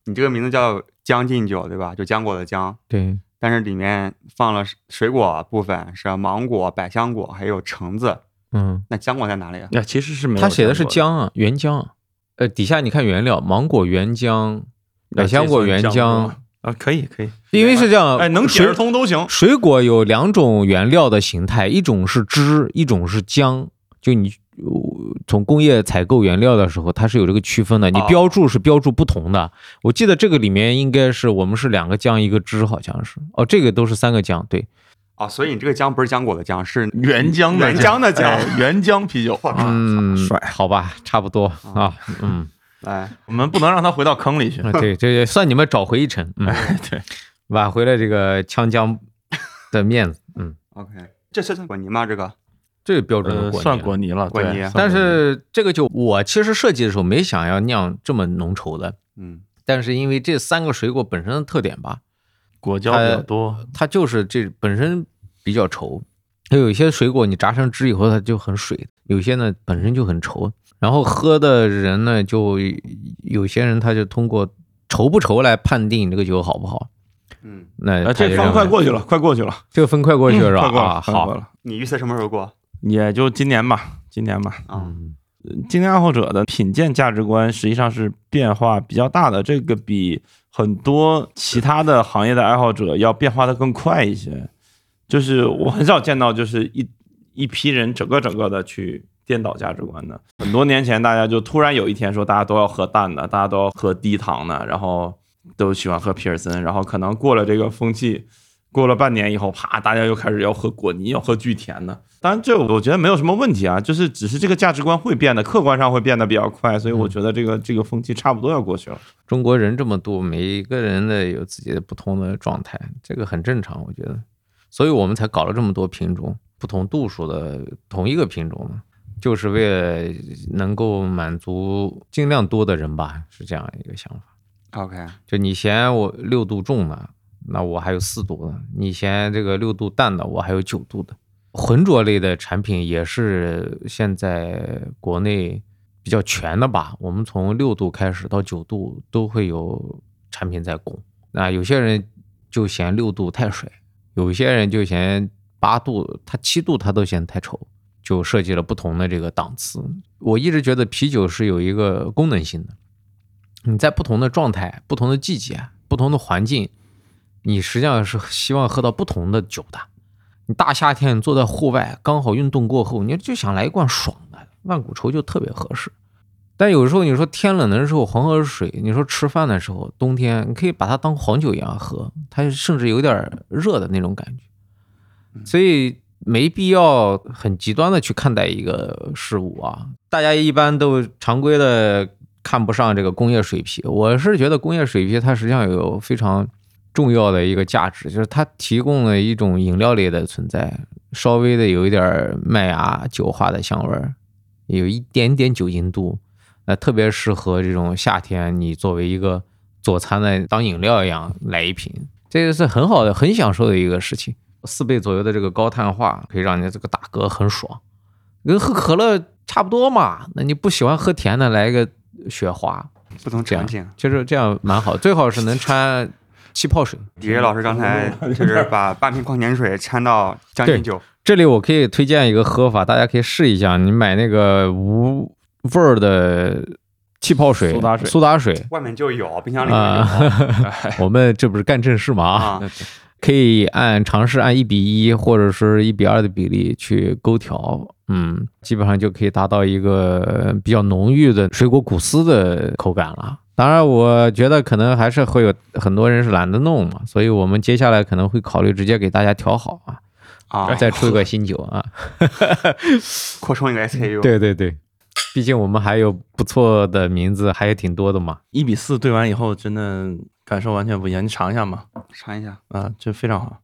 你这个名字叫将进酒，对吧？就浆果的浆，
对，
但是里面放了水果部分是芒果、百香果还有橙子，
嗯，
那浆果在哪里啊？
那哎其实是没有
他写的
浆
是
果
姜啊，原姜啊。呃，底下你看原料，芒果原姜，
啊
百香
这
果
算
原
浆是
姜
吧，啊，可以可以，
因为是这样，
哎，能解
水
释通都行。
水果有两种原料的形态，一种是汁，一种是浆。就你呃从工业采购原料的时候，它是有这个区分的，你
哦
标注是标注不同的。我记得这个里面应该是我们是两个浆一个汁，好像是哦，这个都是三个浆，对，
哦，所以你这个浆不是浆果的浆，是
嗯原浆
原浆的浆。
哎原浆啤酒。
嗯
帅，
好吧，差不多啊，嗯，
哎，
我们不能让它回到坑里去。
啊对，这也算你们找回一程，嗯，
对，
挽回了这个锵江的面子，嗯，
OK，这是果泥吗？这个
这个标准的
呃，
果泥
算
了
果泥了，
果
对
泥
算
但是这个酒，我其实设计的时候没想要酿这么浓稠的，
嗯，
但是因为这三个水果本身的特点吧，
果胶比较
呃
多，
它就是这本身比较稠。它有一些水果你榨成汁以后它就很水，有些呢本身就很稠。然后喝的人呢，就有些人他就通过稠不稠来判定这个酒好不好。
嗯，
那
哎，
呃他就
这
认
方
为
快过去了，快过去了，嗯
这个分快过去了是
快
吧？
过
啊，
了，快过
好，
了，
你预测什么时候过
也就今年吧，今年吧。
啊？
嗯，
精英爱好者的品鉴价值观实际上是变化比较大的，这个比很多其他的行业的爱好者要变化的更快一些。就是我很少见到，就是一一批人整个整个的去颠倒价值观的。很多年前，大家就突然有一天说，大家都要喝淡的，大家都要喝低糖的，然后都喜欢喝皮尔森，然后可能过了这个风气，过了半年以后，啪，大家又开始要喝果泥，要喝巨甜的。当然，这我觉得没有什么问题啊，就是只是这个价值观会变得，客观上会变得比较快，所以我觉得这个这个风气差不多要过去了。
中国人这么多，每一个人的有自己的不同的状态，这个很正常，我觉得。所以我们才搞了这么多品种，不同度数的同一个品种嘛，就是为了能够满足尽量多的人吧，是这样一个想法。
哦 OK，
就你嫌我六度重的，那我还有四度的；你嫌这个六度淡的，我还有九度的。浑浊类的产品也是现在国内比较全的吧？我们从六度开始到九度都会有产品在供。那有些人就嫌六度太水，有些人就嫌八度，他七度他都嫌太稠，就设计了不同的这个档次。我一直觉得啤酒是有一个功能性的，你在不同的状态、不同的季节、不同的环境，你实际上是希望喝到不同的酒的。你大夏天坐在户外，刚好运动过后，你就想来一罐爽的，万古愁就特别合适。但有时候你说天冷的时候，黄河水；你说吃饭的时候，冬天你可以把它当黄酒一样喝，它甚至有点热的那种感觉。所以没必要很极端的去看待一个事物啊。大家一般都常规的看不上这个工业水啤，我是觉得工业水啤它实际上有非常重要的一个价值，就是它提供了一种饮料类的存在，稍微的有一点麦芽酒花的香味儿，有一点点酒精度。那特别适合这种夏天，你作为一个佐餐的当饮料一样来一瓶，这个是很好的、很享受的一个事情。四倍左右的这个高碳化可以让你这个打嗝很爽，跟喝可乐差不多嘛。那你不喜欢喝甜的，来一个雪花，
不同
这
场
样
景。
就是这样蛮好。最好是能 掺气泡水。
迪瑞老师刚才就是把半瓶矿泉水掺到将近
嗯对
酒，
这里我可以推荐一个喝法，大家可以试一下。你买那个无味儿的气泡水、
苏打水
苏打 水，
外面就有，冰箱里面有。
啊，我们这不是干正事嘛
啊，
可以按尝试按一比一或者是一比二的比例去勾调，嗯，基本上就可以达到一个比较浓郁的水果谷丝的口感了。当然，我觉得可能还是会有很多人是懒得弄嘛，所以我们接下来可能会考虑直接给大家调好啊，
啊，
再出一个新酒啊。
扩充一个 SKU。，
对对对，毕竟我们还有不错的名字，还有挺多的嘛。
一比四兑完以后，真的感受完全不一样。你尝一下嘛，
尝一下。
啊，这非常好。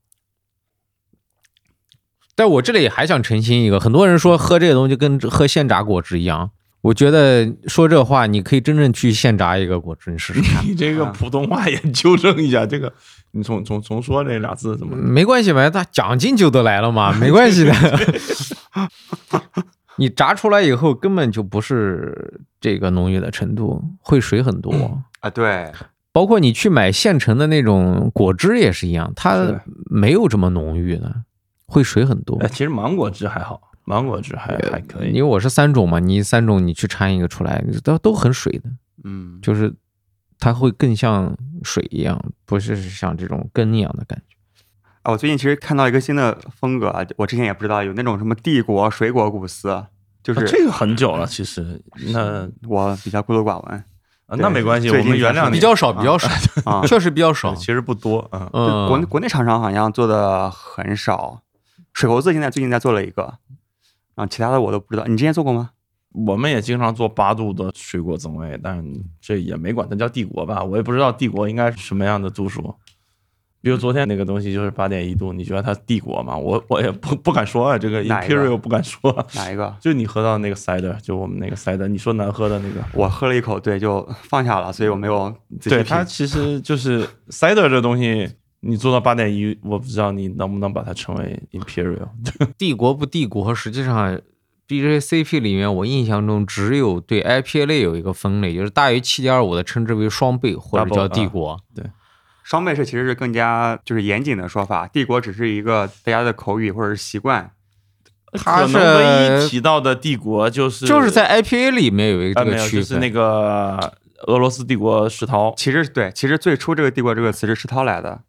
但我这里还想澄清一个，很多人说喝这个东西跟喝现榨果汁一样，我觉得说这话你可以真正去现榨一个果汁，你试试看，
你这个普通话也纠正一下，这个你重重重说这俩字怎么？
没关系呗，那奖金就都来了嘛，没关系的。 你炸出来以后根本就不是这个浓郁的程度，会水很多。
嗯
啊，对，
包括你去买现成的那种果汁也是一样，
是
它
的
没有这么浓郁的，会水很多。
哎，其实芒果汁还好，芒果汁还还可
因为。
以
我是三种嘛，你三种你去掺一个出来，都都很水的。
嗯，
就是它会更像水一样，不是像这种根一样的感觉。
啊，我最近其实看到一个新的风格啊，我之前也不知道有那种什么帝国水果谷丝，就
啊
是
这个很久了，其实那
我比较孤陋寡闻
啊那没关系，
最
我
近
们原谅你。
比较少，比较少，。
啊
确实比较少
其。实不多啊，嗯
就国内
嗯，
国内厂商好像做的很少，水猴子现在最近在做了一个，啊，其他的我都不知道。你之前做过吗？
我们也经常做八度的水果增味，但这也没管它叫帝国吧，我也不知道帝国应该是什么样的度数。比如昨天那个东西就是八点一度，你觉得它帝国吗？我我也不不敢说啊，这个
哪一个
Imperial 不敢说啊。
哪一个？
就你喝到那个 cider，就我们那个 cider，你说难喝的那个，
我喝了一口，对，就放下了，所以我没有仔细
对它
品。
其实就是 cider 这东西，你做到八点一，我不知道你能不能把它称为 Imperial。
帝国不帝国，实际上 BJCP 里面，我印象中只有对 IPA 类有一个分类，就是大于七点五的称之为双倍或者
Double，
叫帝
啊
国。
双倍是其实是更加就是严谨的说法，帝国只是一个大家的口语或者是习惯。
可
它是
能唯一提到的帝国就是
就是在 IPA 里面有一个
啊
这
没
个
有，
区
就是那
分，
个俄罗斯帝国石涛，
其实对，其实最初这个“帝国”这个词是石涛来的，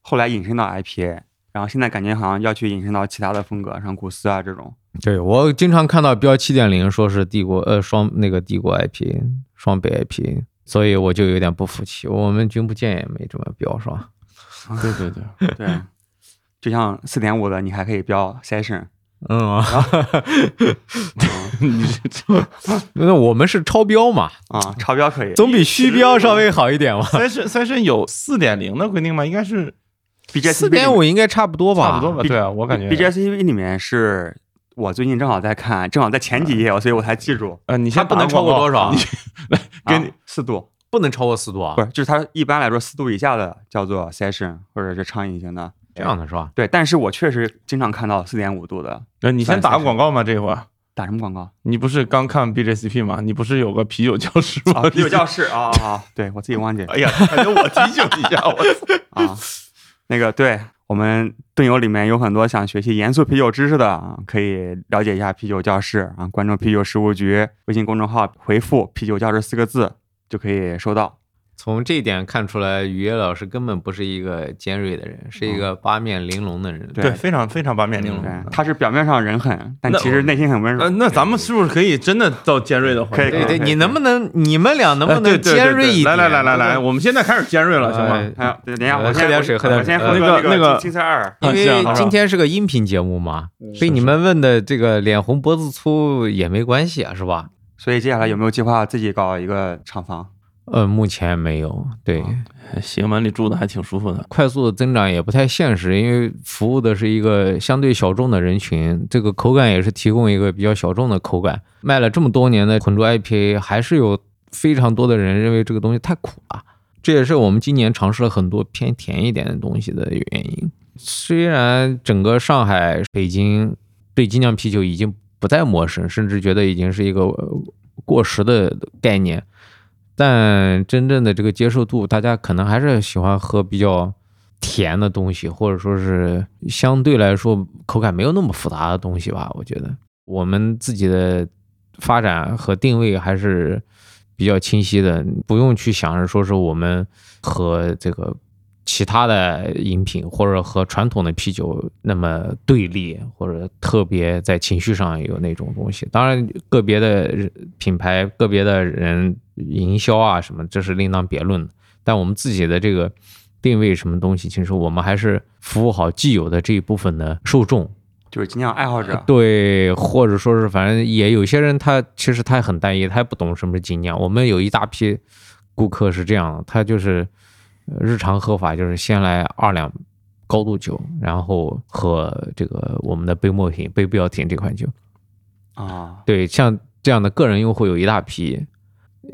后来引申到 IPA，然后现在感觉好像要去引申到其他的风格，像古斯啊这种。
对我经常看到标七点零说是帝国呃双那个帝国 IP 双倍 IP，所以我就有点不服气。我们军部舰也没这么标是吧？
对对对，
对，就像四点五的，你还可以标 session，
嗯啊，
你 这
那我们是超标嘛，
啊、超标可以，
总比虚标稍微好一点嘛。
三圣三圣有四点零的规定吗？应该是
BJ
四点五应该差不多吧？
差不多吧？对啊，我感觉
BJCP 里面是我最近正好在看，正好在前几页，所以我才记住。
啊，你先
它不能
打个
超过
广告
多少
你
啊
跟你
四度，
不能超过四度啊
不？是，就是它一般来说四度以下的叫做 session 或者是畅饮型的。
这样的是吧？
对，但是我确实经常看到四点五度的，
呃你先打个广告嘛，这一会儿
打什么广告？
你不是刚看 BJCP 吗？你不是有个啤酒教室
啊，
吗？
啤酒教 室啊啊，啊对我自己忘记了
哎呀，反正我提醒一下，我
啊。那个，对我们队友里面有很多想学习严肃啤酒知识的啊，可以了解一下啤酒教室啊，关注啤酒事务局微信公众号，回复“啤酒教室”四个字就可以收到。
从这一点看出来，雨夜老师根本不是一个尖锐的人，是一个八面玲珑的人。
对
嗯对，非常非常八面
嗯
玲珑。
对，他是表面上人狠，但
那
其实内心很温
呃，
柔。
那咱们是不是可以真的到尖锐的环
可
节？
以
对
可以
对，
可以
你能不能，你们俩能不
哎对
能
对对
尖锐一点？
对来来来来来，
对吧，
我们现在开始尖锐了，行吗？
还有，对等一下，
呃
我先
喝点水喝点水呃
我先喝
那个
那
那个
青菜二。
啊
因
行
为
好
今天是个音频节目嘛，
嗯
被你们问的这个脸红脖子粗也没关系啊，是吧？
所以接下来有没有计划自己搞一个厂房？
呃，目前没有。对，
哦西门里住的还挺舒服的。
快速的增长也不太现实，因为服务的是一个相对小众的人群，这个口感也是提供一个比较小众的口感。卖了这么多年的浑浊 IPA，还是有非常多的人认为这个东西太苦了。这也是我们今年尝试了很多偏甜一点的东西的原因。虽然整个上海、北京对精酿啤酒已经不再陌生，甚至觉得已经是一个呃过时的概念，但真正的这个接受度，大家可能还是喜欢喝比较甜的东西，或者说是相对来说口感没有那么复杂的东西吧。我觉得我们自己的发展和定位还是比较清晰的，不用去想着说是我们和这个其他的饮品或者和传统的啤酒那么对立，或者特别在情绪上有那种东西。当然，个别的人品牌、个别的人营销啊什么，这是另当别论的。但我们自己的这个定位什么东西，其实我们还是服务好既有的这一部分的受众，
就是精酿爱好
啊
者，
对，或者说是反正也有些人他其实他很单一，他也不懂什么是精酿。我们有一大批顾客是这样的，他就是呃日常喝法就是先来二两高度酒，然后喝这个我们的杯莫品、杯不要停这款酒。
啊，
对，像这样的个人用户有一大批，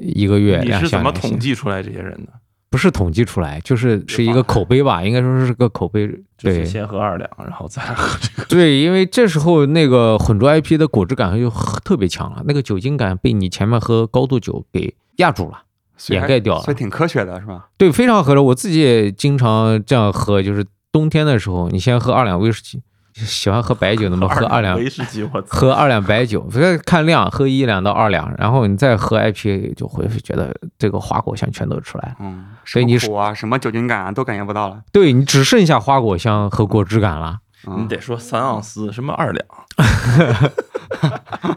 一个月
你
两
是怎么？
像
统
两
计出来这些人的？
不是统计出来，就是是一个口碑吧，应该说是个口碑。
就
对
是，先喝二两，然后再喝这个。
对，因为这时候那个混浊 IP 的果汁感就特别强了，那个酒精感被你前面喝高度酒给压住了，
所以
掩
还
盖掉
所
了
以。挺科学的，是吧？
对，非常合适。我自己也经常这样喝，就是冬天的时候，你先喝二两威士忌， 喜欢喝白酒
哦
的嘛，喝二两
威士忌，我操！
喝二两白酒，不是看量，喝一两到二两，然后你再喝 IPA，就会觉得这个花果香全都出来了。
嗯，
所以你
什么苦啊，什么酒精感啊，都感觉不到了。
对你只剩下花果香和果汁感了，
嗯
你得说三盎司，什么 二两？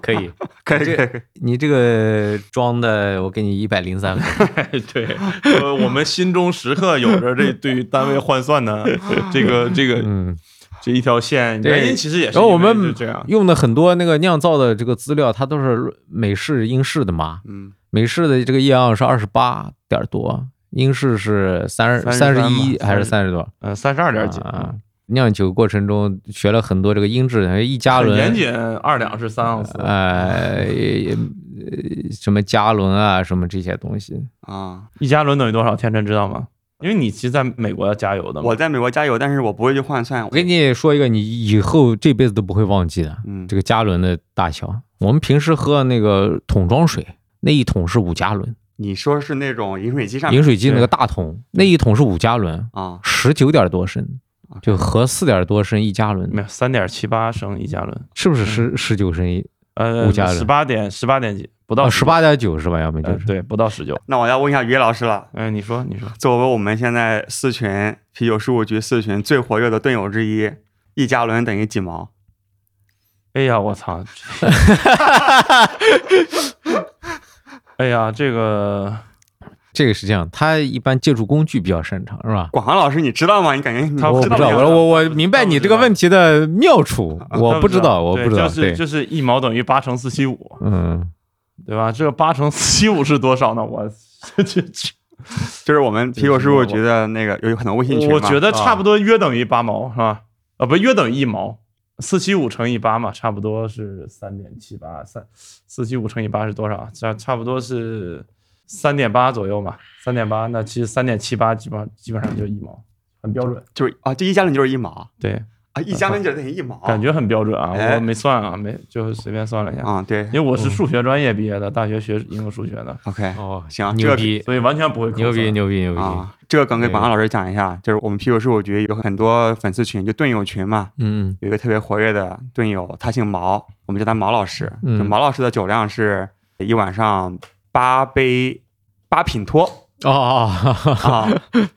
可 以。
可以可以可以，
你这个装的，我给你一百零三分。
对，呃，我们心中时刻有着这对于单位换算的这个这个
嗯，
这一条线，
对
原因其实也是
然后我
因为
们
就这样，
啊用的很多那个酿造的这个资料，它都是美式、英式的嘛。
嗯，
美式的这个液样是二十八点多，英式是三十三
33
十
嘛
一还是
三
三十多？
嗯，三十二点几，嗯
啊。酿酒过程中学了很多这个英制的，一加
很严
仑，
谨，二两是三盎司，
呃，也也呃什么加仑啊，什么这些东西。
啊，
一加仑等于多少？天辰知道吗？因为你其实在美国要加油的嘛，
我在美国加油，但是我不会去换算
我。跟你说一个，你以后这辈子都不会忘记的，
嗯
这个加仑的大小。我们平时喝那个桶装水，那一桶是五加仑。
你说是那种饮水机上
饮水机那个大桶，那一桶是五加仑，
啊，
十九点多升，就合四点多升一加
啊没
仑，
有嗯三点七八升一加仑，
是不是十十九升一？
呃
五加，仑
十八点十八点几，不到
哦，十
19，
八点九是吧？要么就
呃
是
对，不到十九。
那我要问一下于老师了。
哎，你说，你说，
作为我们现在四群啤酒事务局四群最活跃的队友之一，一加仑等于几毛？
哎呀，我操！ 哎呀，这个
这个是这样，他一般借助工具比较擅长，是吧？
广航老师，你知道吗？你感觉你
他
我
不
不
知道
知道，
不知
我
道
我我明白你这个问题的妙处，我
啊他
不知道，我不知道，
对就是
对，
就是一毛等于八乘四七五，
嗯，
对吧？这个八乘四七五是多少呢？我 这这这，
就是我们啤酒事务局的那个有很多微信群嘛啊
我觉得差不多约等于八毛是吧？啊，不，约等于一毛，四七五乘以八嘛，差不多是三点七八三，四七五乘以八是多少？差差不多是三点八左右嘛，三点八，那其实三点七八基本上基本上就一毛，很标准。
就是啊，这一加仑就是一毛
对，
啊，一加零点等于一毛，
感觉很标准啊，
哎
我没算啊，没就是随便算了一下，
啊，对
因为我是数学专业毕业的，大学学应用数学的，
，OK，
哦
行啊这
牛
个
逼，
啊所以完全不会口
牛逼，
算
牛逼，牛逼！
啊，这个梗给广大老师讲一下，就是我们啤酒事务局有很多粉丝群，就盾友群嘛，
嗯
有一个特别活跃的盾友，他姓毛，我们叫他毛老师。
嗯
就毛老师的酒量是一晚上八杯八品脱
嗯
哦哦，哦
啊，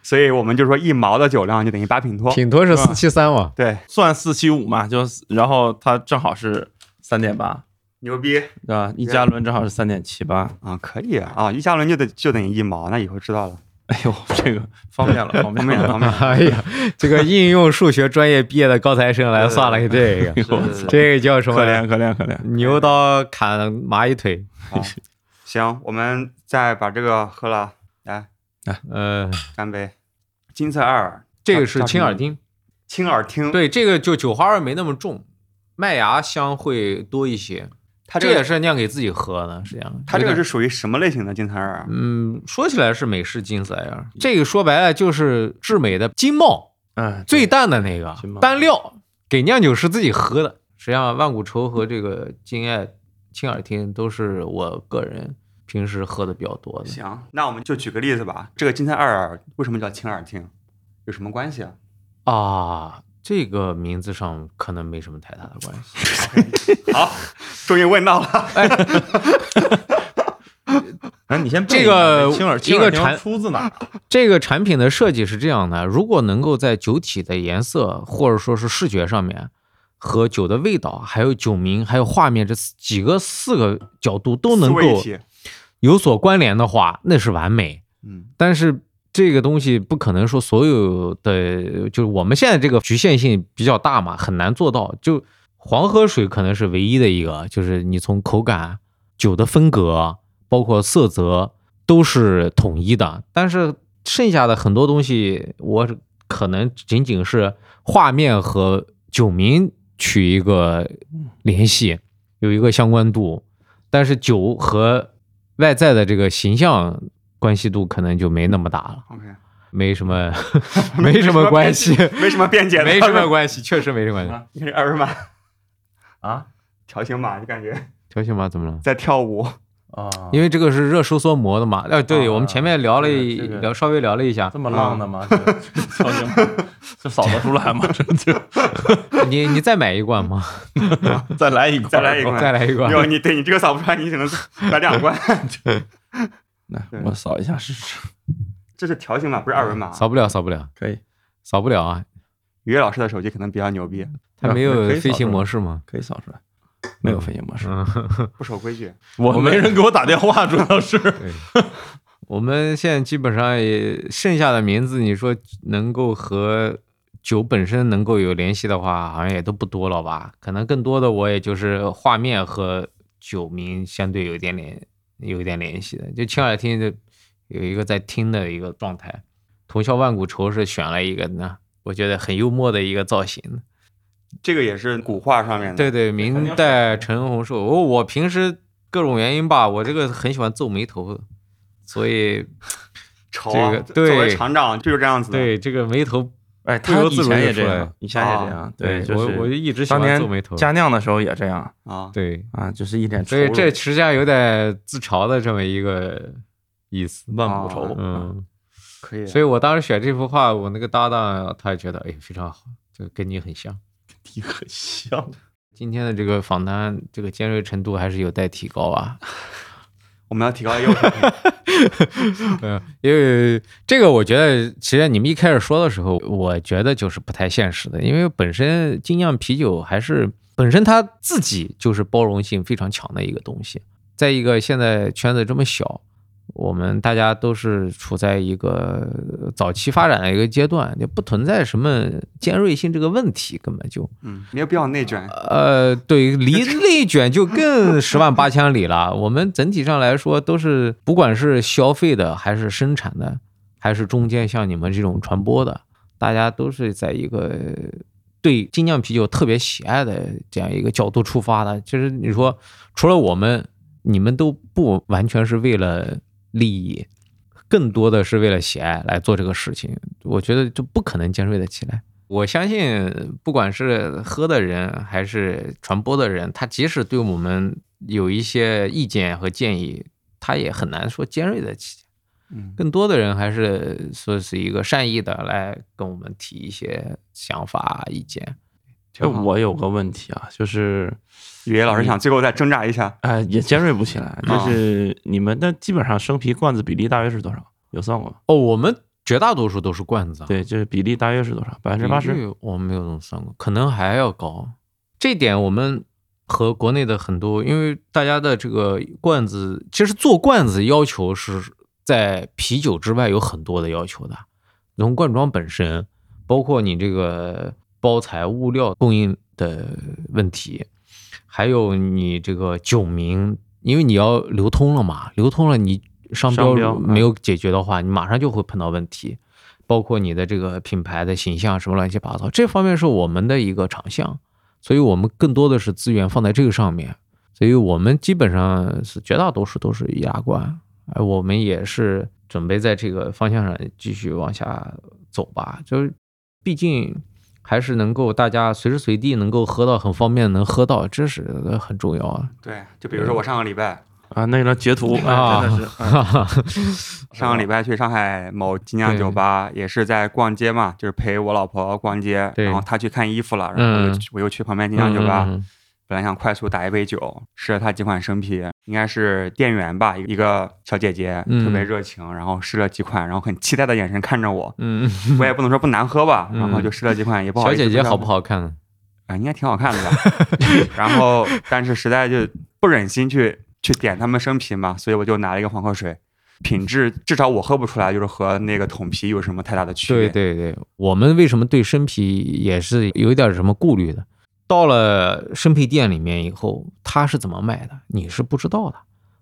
所以我们就说一毛的酒量就等于八品脱。
品托是
是吧
四七三嘛，
对，
算四七五嘛，就是然后它正好是三点八，
牛逼
对吧？一加仑正好是三点七八，
啊，可以啊，啊一加仑就得就等于一毛，那以后知道了，
哎呦，这个方 便了，方
方
便
便
了。
方 便。
哎呀，这个应用数学专业毕业的高材生来算了这 个，
是
这个叫什
可
么？
怜可怜可怜，
牛
嗯
刀砍蚂蚁腿。
行，我们再把这个喝了，来
呃，
干杯。金色二
这个是亲耳听，
亲耳听，，
对，这个就酒花味没那么重，麦芽香会多一些。
它
这
个
也是酿给自己喝的，是这样的。
它这个
有点
是属于什么类型的金色二啊？
嗯，说起来是美式金色呀，这个说白了就是至美的金茂
嗯，
最淡的那个
金茂
单料，给酿酒师自己喝的。实际上，万古愁和这个金爱青耳听都是我个人平时喝的比较多的。
行，那我们就举个例子吧。这个金三二为什么叫青耳听？有什么关系啊？
啊，这个名字上可能没什么太大的关系。
好，终于问到了。
那哎你先
这
背
个
青耳
一个
青耳听
禅
出自哪儿？
这个产品的设计是这样的：如果能够在酒体的颜色或者说是视觉上面，和酒的味道、还有酒名、还有画面这四几个四个角度都能
四位一
够
体
有所关联的话，那是完美。
嗯，
但是这个东西不可能说所有的，就是我们现在这个局限性比较大嘛，很难做到。就黄河水可能是唯一的一个，就是你从口感、酒的风格，包括色泽都是统一的。但是剩下的很多东西，我可能仅仅是画面和酒名取一个联系，有一个相关度，但是酒和外在的这个形象关系度可能就没那么大了，
OK，
没什么， 没什么关系，
没什么辩解的，
没什么关系，确实没什么关系
啊。
你 是二维码
啊
条形码，就感觉
条形码怎么了？
在跳 舞。
啊，
因为这个是热收缩膜的嘛，呃，对，
啊
我们前面聊了一
这个这个
聊，稍微聊了一下
这，么浪的吗？这个这个造型这扫得出来吗？这这
你你再买一罐吗？
再来一个，
再来一 罐
再来一罐，
哟，你对你这个扫不出来，你 只能来两罐。
来，我扫一下试试。
这是条形码，不是二维码。
扫不了，扫不了，
可以
扫不了啊！
于越老师的手机可能比较牛逼，
它没
可以
有
扫
飞行
出来
模式吗？
可以扫出来，没有飞行模式。
嗯，
不守规矩。
我没人给我打电话， 主 要是
我们现在基本上也剩下的名字，你说能够和酒本身能够有联系的话，好像也都不多了吧？可能更多的我也就是画面和酒名相对有一点联，有一点联系的。就亲耳听就有一个在听的一个状态，同销万古愁是选了一个呢，我觉得很幽默的一个造型。
这个也是古画上面的。
对对，明代陈洪寿。我我平时各种原因吧，我这个很喜欢皱眉头，所以
愁啊，
这个对
作为厂长就是这样子的。
对这个眉头
哎，
不
他
由
以
自主
前
就
也
出
这
来
样
了，
以前也这样，对，就
我啊我就是一直喜
当
欢皱眉
年
头。
加酿的时候也这样
啊，
对，
啊，就是一脸愁
所以
容。
这实际上有点自嘲的这么一个意思。
万古愁，
嗯，
可以。
所以我当时选这幅画，我那个搭档他也觉得哎非常好，就跟你很像。
你很像。
今天的这个访谈，这个尖锐程度还是有待提高啊。
我们要提高业务水平。
嗯，因为这个，我觉得其实你们一开始说的时候，我觉得就是不太现实的，因为本身精酿啤酒还是本身它自己就是包容性非常强的一个东西。再一个，现在圈子这么小，我们大家都是处在一个早期发展的一个阶段，就不存在什么尖锐性这个问题，根本就
嗯，没有必要内卷。
呃，对，离内卷就更十万八千里了。我们整体上来说都是，不管是消费的，还是生产的，还是中间像你们这种传播的，大家都是在一个对精酿啤酒特别喜爱的这样一个角度出发的。其实你说，除了我们，你们都不完全是为了利益，更多的是为了喜爱来做这个事情。我觉得就不可能尖锐的起来。我相信，不管是喝的人还是传播的人，他即使对我们有一些意见和建议，他也很难说尖锐的起。
嗯
更多的人还是说是一个善意的来跟我们提一些想法、意见。
就哎我有个问题啊，就是，
雨爷老师想最后再挣扎一下，
哎，也尖锐不起来。
啊
就是你们那基本上生啤罐子比例大约是多少？有算过吗？
哦，我们绝大多数都是罐子啊，
对，就是比例大约是多少？百分之八
比
十。
率我没有怎么算过，可能还要高。这点我们和国内的很多，因为大家的这个罐子，其实做罐子要求是在啤酒之外有很多的要求的，从灌装本身，包括你这个包材物料供应的问题，还有你这个酒名，因为你要流通了嘛，流通了你商
商标
标
嗯
没有解决的话，你马上就会碰到问题。包括你的这个品牌的形象什么乱七八糟，这方面是我们的一个长项，所以我们更多的是资源放在这个上面，所以我们基本上是绝大多数都是易拉罐，哎，我们也是准备在这个方向上继续往下走吧，就是毕竟还是能够大家随时随地能够喝到很方便能喝到，这是很重要啊。
对，就比如说我上个礼拜，
啊，那张截图
啊
哎真的是，哎
上个礼拜去上海某精酿
对
酒吧，也是在逛街嘛，就是陪我老婆逛街，
对
然后她去看衣服了，然后我就
嗯
去我又去旁边精酿酒吧，
嗯
本来想快速打一杯酒，试了她几款生啤，应该是店员吧，一个小姐姐
嗯
特别热情，然后试了几款，然后很期待的眼神看着我，
嗯，
我也不能说不难喝吧，
嗯
然后就试了几款，也不好
小
意思
姐姐
说
好不好看呢？
啊，应该挺好看的吧。 然后，但是实在就不忍心去去点他们生啤嘛，所以我就拿了一个黄河水，品质至少我喝不出来，就是和那个桶啤有什么太大的区别。
对对对，我们为什么对生啤也是有一点什么顾虑的？到了生啤店里面以后，他是怎么卖的，你是不知道的。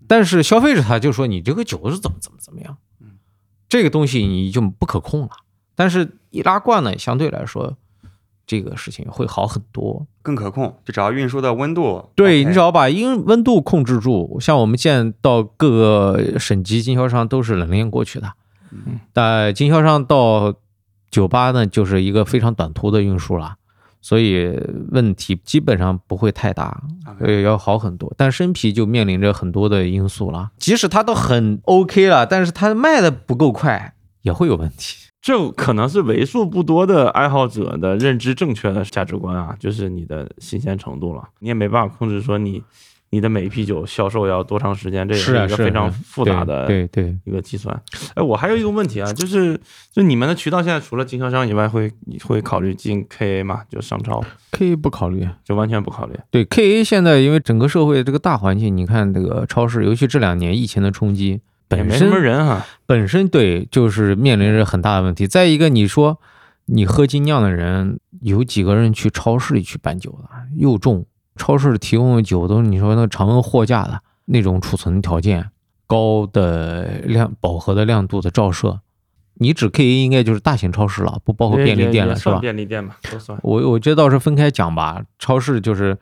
但是消费者他就说你这个酒是怎么怎么怎么样
嗯，
这个东西你就不可控了。但是易拉罐呢，相对来说这个事情会好很多。
更可控，就只要运输的温度，
对
OK
你只要把因温度控制住，像我们见到各个省级经销商都是冷链过去的，但经销商到酒吧呢，就是一个非常短途的运输了，所以问题基本上不会太大，
OK
呃，要好很多。但生啤就面临着很多的因素了，即使它都很 OK 了，但是它卖的不够快，也会有问题。
这可能是为数不多的爱好者的认知正确的价值观啊，就是你的新鲜程度了，你也没办法控制说你你的每一批酒销售要多长时间，这也
是啊
一个
是啊
非常
是啊
复杂的
对对对
一个计算。哎，我还有一个问题啊，就是就你们的渠道现在除了经销商以外会，会考虑进 KA 吗？就商超，
，K 不考虑。
就完全不考虑。
对 K A 现在因为整个社会这个大环境，你看这个超市，尤其这两年疫情的冲击，
也
本
没什么
身
人哈、
本身对就是面临着很大的问题。再一个，你说你喝精酿的人，有几个人去超市里去搬酒的？又重，超市提供的酒都是你说那常温货架的那种储存条件，高的亮饱和的亮度的照射。你指 K A 应该就是大型超市了，不包括
也
便利店
也
了，
也
是吧？
算便利店吧，都算。
我我觉得倒是分开讲吧，超市就是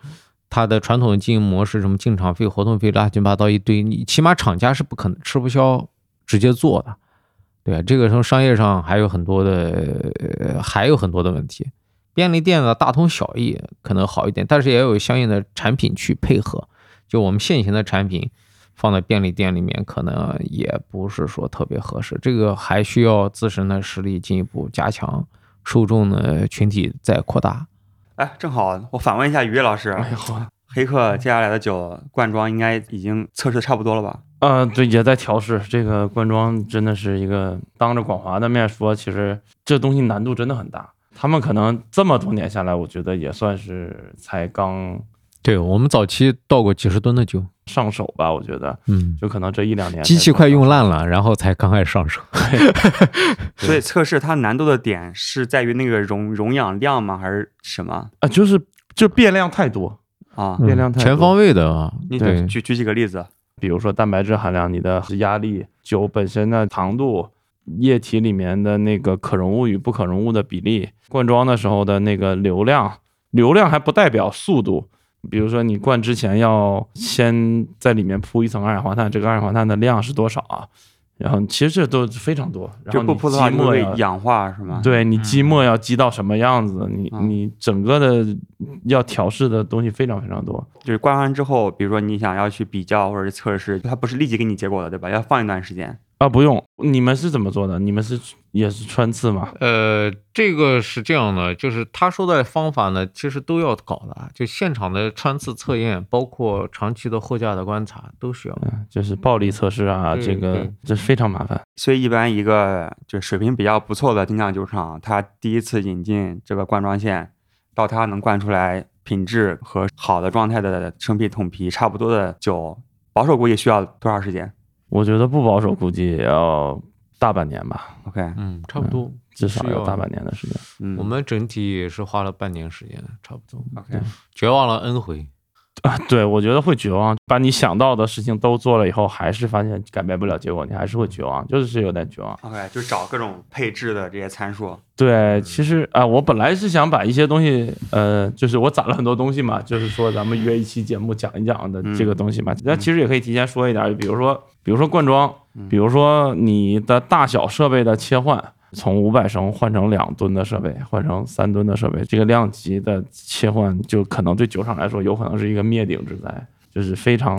它的传统的经营模式，什么进场费、活动费、乱七八糟一堆，你起码厂家是不可能吃不消直接做的，对啊，这个从商业上还有很多的、呃还有很多的问题。便利店呢，大同小异，可能好一点，但是也有相应的产品去配合。就我们现行的产品放在便利店里面，可能也不是说特别合适，这个还需要自身的实力进一步加强。受众的群体在扩大。
哎，正好我反问一下于越老师，
哎呀，
黑客接下来的酒罐装应该已经测试的差不多了吧？
啊，对，也在调试。这个灌装真的是一个，当着广华的面说，其实这东西难度真的很大。他们可能这么多年下来，我觉得也算是才刚
对我们早期倒过几十吨的酒，
上手吧。我觉得，
嗯，
就可能这一两年
机器快用
了。
烂了，然后才刚开始上手。
所以测试它难度的点是在于那个溶溶氧量吗？还是什么
啊，就是就变量太多，
啊？
变嗯量太多
全方位的啊，
你
嗯对
举举举几个例子？
比如说蛋白质含量、你的压力、酒本身的糖度、液体里面的那个可溶物与不可溶物的比例、灌装的时候的那个流量，流量还不代表速度。比如说你灌之前要先在里面铺一层二氧化碳，这个二氧化碳的量是多少啊？然后其实这都非常多，然
就
后
不
你
铺的话
寂
就
寞
会
呀，
氧化是吗？，
对你积沫要积到什么样子，你
嗯
你整个的要调试的东西非常非常多。
就是灌完之后，比如说你想要去比较或者是测试，它不是立即给你结果的，对吧？要放一段时间。
啊，不用，你们是怎么做的？你们是也是穿刺吗？
呃，这个是这样的，就是他说的方法呢，其实都要搞的啊，就现场的穿刺测验，包括长期的货架的观察都需要。
嗯，就是暴力测试啊，
嗯
这个
对
这非常麻烦。
所以一般一个就水平比较不错的精酿酒厂，它第一次引进这个灌装线，到它能灌出来品质和好的状态的生啤桶啤差不多的酒，保守估计需要多少时间
我觉得不保守，估计也要大半年吧，
？OK，
嗯，差不多。
至少
是
要
要
大半年的时间。
嗯，
我们整体也是花了半年时间，差不多。
OK，
绝望了 N 回，
啊，对，我觉得会绝望。把你想到的事情都做了以后，还是发现改变不了结果，你还是会绝望，就是有点绝望。
OK，就找各种配置的这些参数。
对，其实啊、我本来是想把一些东西，呃，就是我攒了很多东西嘛，就是说咱们约一期节目讲一讲的这个东西嘛。那、其实也可以提前说一点，比如说，比如说灌装，比如说你的大小设备的切换，从五百升换成两吨的设备，换成三吨的设备，这个量级的切换，就可能对酒厂来说，有可能是一个灭顶之灾。就是非常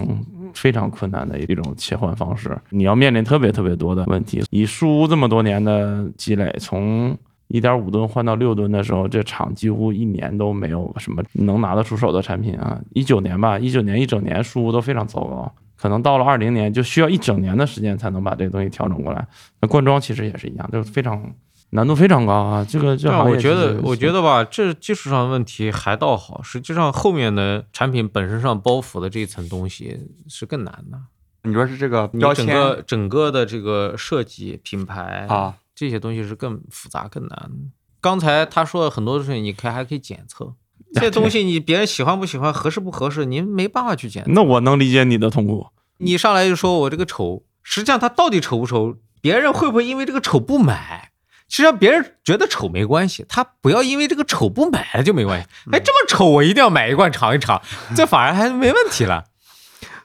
非常困难的一种切换方式，你要面临特别特别多的问题。以树屋这么多年的积累，从一点五吨换到六吨的时候，这厂几乎一年都没有什么能拿得出手的产品啊。一九年吧，一九年一整年输入都非常糟糕，可能到了二零年就需要一整年的时间才能把这个东西调整过来。那灌装其实也是一样，就是非常难度非常高啊。这个这
但
行业
我觉
其
得
实，
我觉得吧，这技术上的问题还倒好，实际上后面的产品本身上包袱的这一层东西是更难的。
你说是这个
你
标
整
签
个整个的这个设计、品牌
啊？
这些东西是更复杂、更难。刚才他说的很多事情，你可以还可以检 测，这些东西你别人喜欢不喜欢、合适不合适，您没办法去检测。
那我能理解你的痛苦。
你上来就说我这个丑，实际上它到底丑不丑，别人会不会因为这个丑不买？实际上别人觉得丑没关系，他不要因为这个丑不买就没关系。
嗯
哎，这么丑我一定要买一罐尝一尝，这反而还没问题了。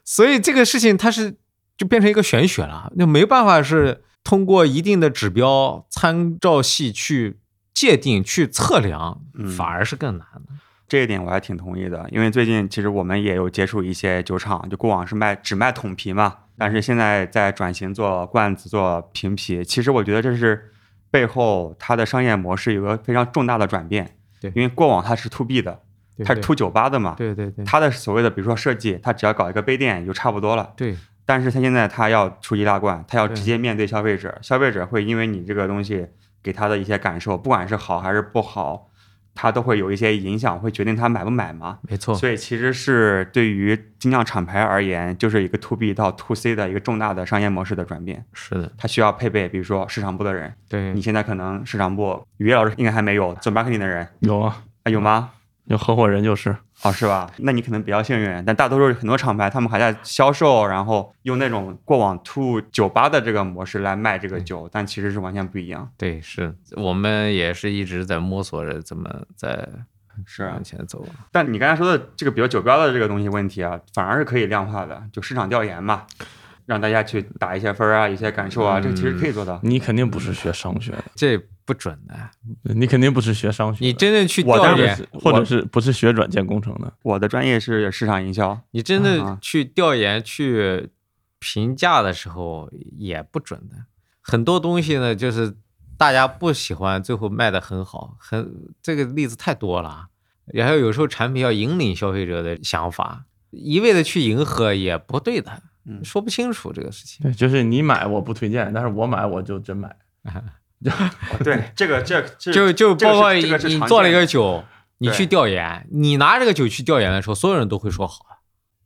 所以这个事情它是就变成一个玄学了，那没办法是通过一定的指标参照系去界定、去测量
嗯，
反而是更难的。
这一点我还挺同意的，因为最近其实我们也有接触一些酒厂，就过往是卖只卖桶啤嘛，但是现在在转型做罐子、做瓶啤。其实我觉得这是背后它的商业模式有个非常重大的转变。
对
因为过往它是 to B 的，
对
它是 to 酒吧的嘛，
对对对
它的所谓的比如说设计，它只要搞一个杯垫就差不多了。
对，
但是它现在它要出易拉罐，它要
对
直接面对消费者，消费者会因为你这个东西给他的一些感受，不管是好还是不好，他都会有一些影响，会决定他买不买嘛。
没错。
所以其实是对于精酿厂牌而言，就是一个 to B 到 to C 的一个重大的商业模式的转变，
是的，
它需要配备，比如说市场部的人，
对
你，现在可能市场部于老师应该还没有，做 marketing 的人
有啊，
啊有吗？
有合伙人就是。
哦，是吧？那你可能比较幸运，但大多数很多厂牌他们还在销售，然后用那种过往 to 酒吧的这个模式来卖这个酒，但其实是完全不一样。
对，是我们也是一直在摸索着怎么在
是啊
往前走。
但你刚才说的这个，比如酒标的这个东西问题啊，反而是可以量化的，就市场调研嘛，让大家去打一些分儿啊，一些感受啊，这个其实可以做到。
嗯
你肯定不是学商学的，
这不准的，
你肯定不是学商学的。
你真正去
我
调
当
研，
时
或者是不是学软件工程的？
我的专业是市场营 销，
你真
啊
的去调研、去评价的时候也不准的。很多东西呢，就是大家不喜欢，最后卖的很好，很这个例子太多了啊。然后有时候产品要引领消费者的想法，一味的去迎合也不对的，
嗯
说不清楚这个事情。
对，就是你买我不推荐，但是我买我就真买。
哦对，这个 这这
就就
这个
包
是
括
这个是
你
常
做了
见
一
的
个酒，你
对
去调研，你拿这个酒去调研的时候，所有人都会说好。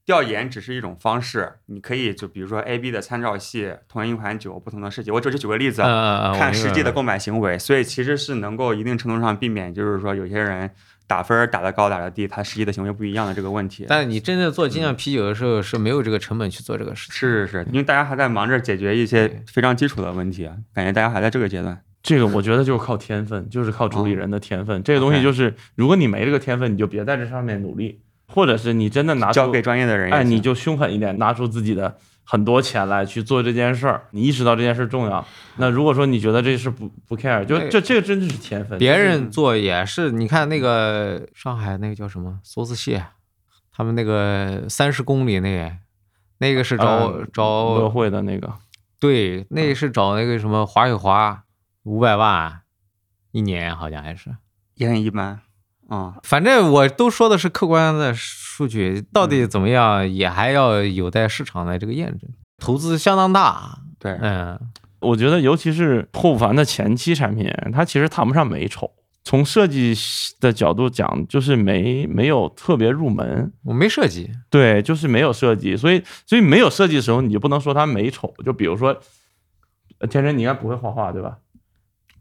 调研只是一种方式，你可以就比如说 A B 的参照系，同一款酒不同的设计，我只是举个例子，啊
嗯嗯嗯，我
看
明
实
白
际的
了
购买行为，所以其实是能够一定程度上避免，就是说有些人打分儿打得高打得低，他实际的行为不一样的这个问题。
但你真正做精酿啤酒的时候是没有这个成本去做这个事
嗯
情。
是是是，因为大家还在忙着解决一些非常基础的问题，啊感觉大家还在这个阶段。
这个我觉得就是靠天分，就是靠
哦
主理人的天分。这个东西就是，如果你没这个天分，你就别在这上面努力，或者是你真的拿出
交给专业的人也
哎，
行，
你就凶狠一点，拿出自己的很多钱来去做这件事儿，你意识到这件事儿重要。那如果说你觉得这事不不 care，就这这个真的是天分。
别
嗯
人做也是，你看那个上海那个叫什么梭子蟹，他们那个三十公里内，那个是找、
嗯乐
找
会的那个，
对，那
嗯
个是找那个什么华友华，五百万一年好像还是，
也很一般啊、
反正我都说的是客观的数据，到底怎么样也还要有待市场的这个验证。投资相当大，
对，
嗯，
我觉得尤其是霍普凡的前期产品，它其实谈不上美丑。从设计的角度讲，就是没没有特别入门，
我没设计，
对，就是没有设计，所以所以没有设计的时候，你就不能说它美丑。就比如说，呃天真，你应该不会画画对吧？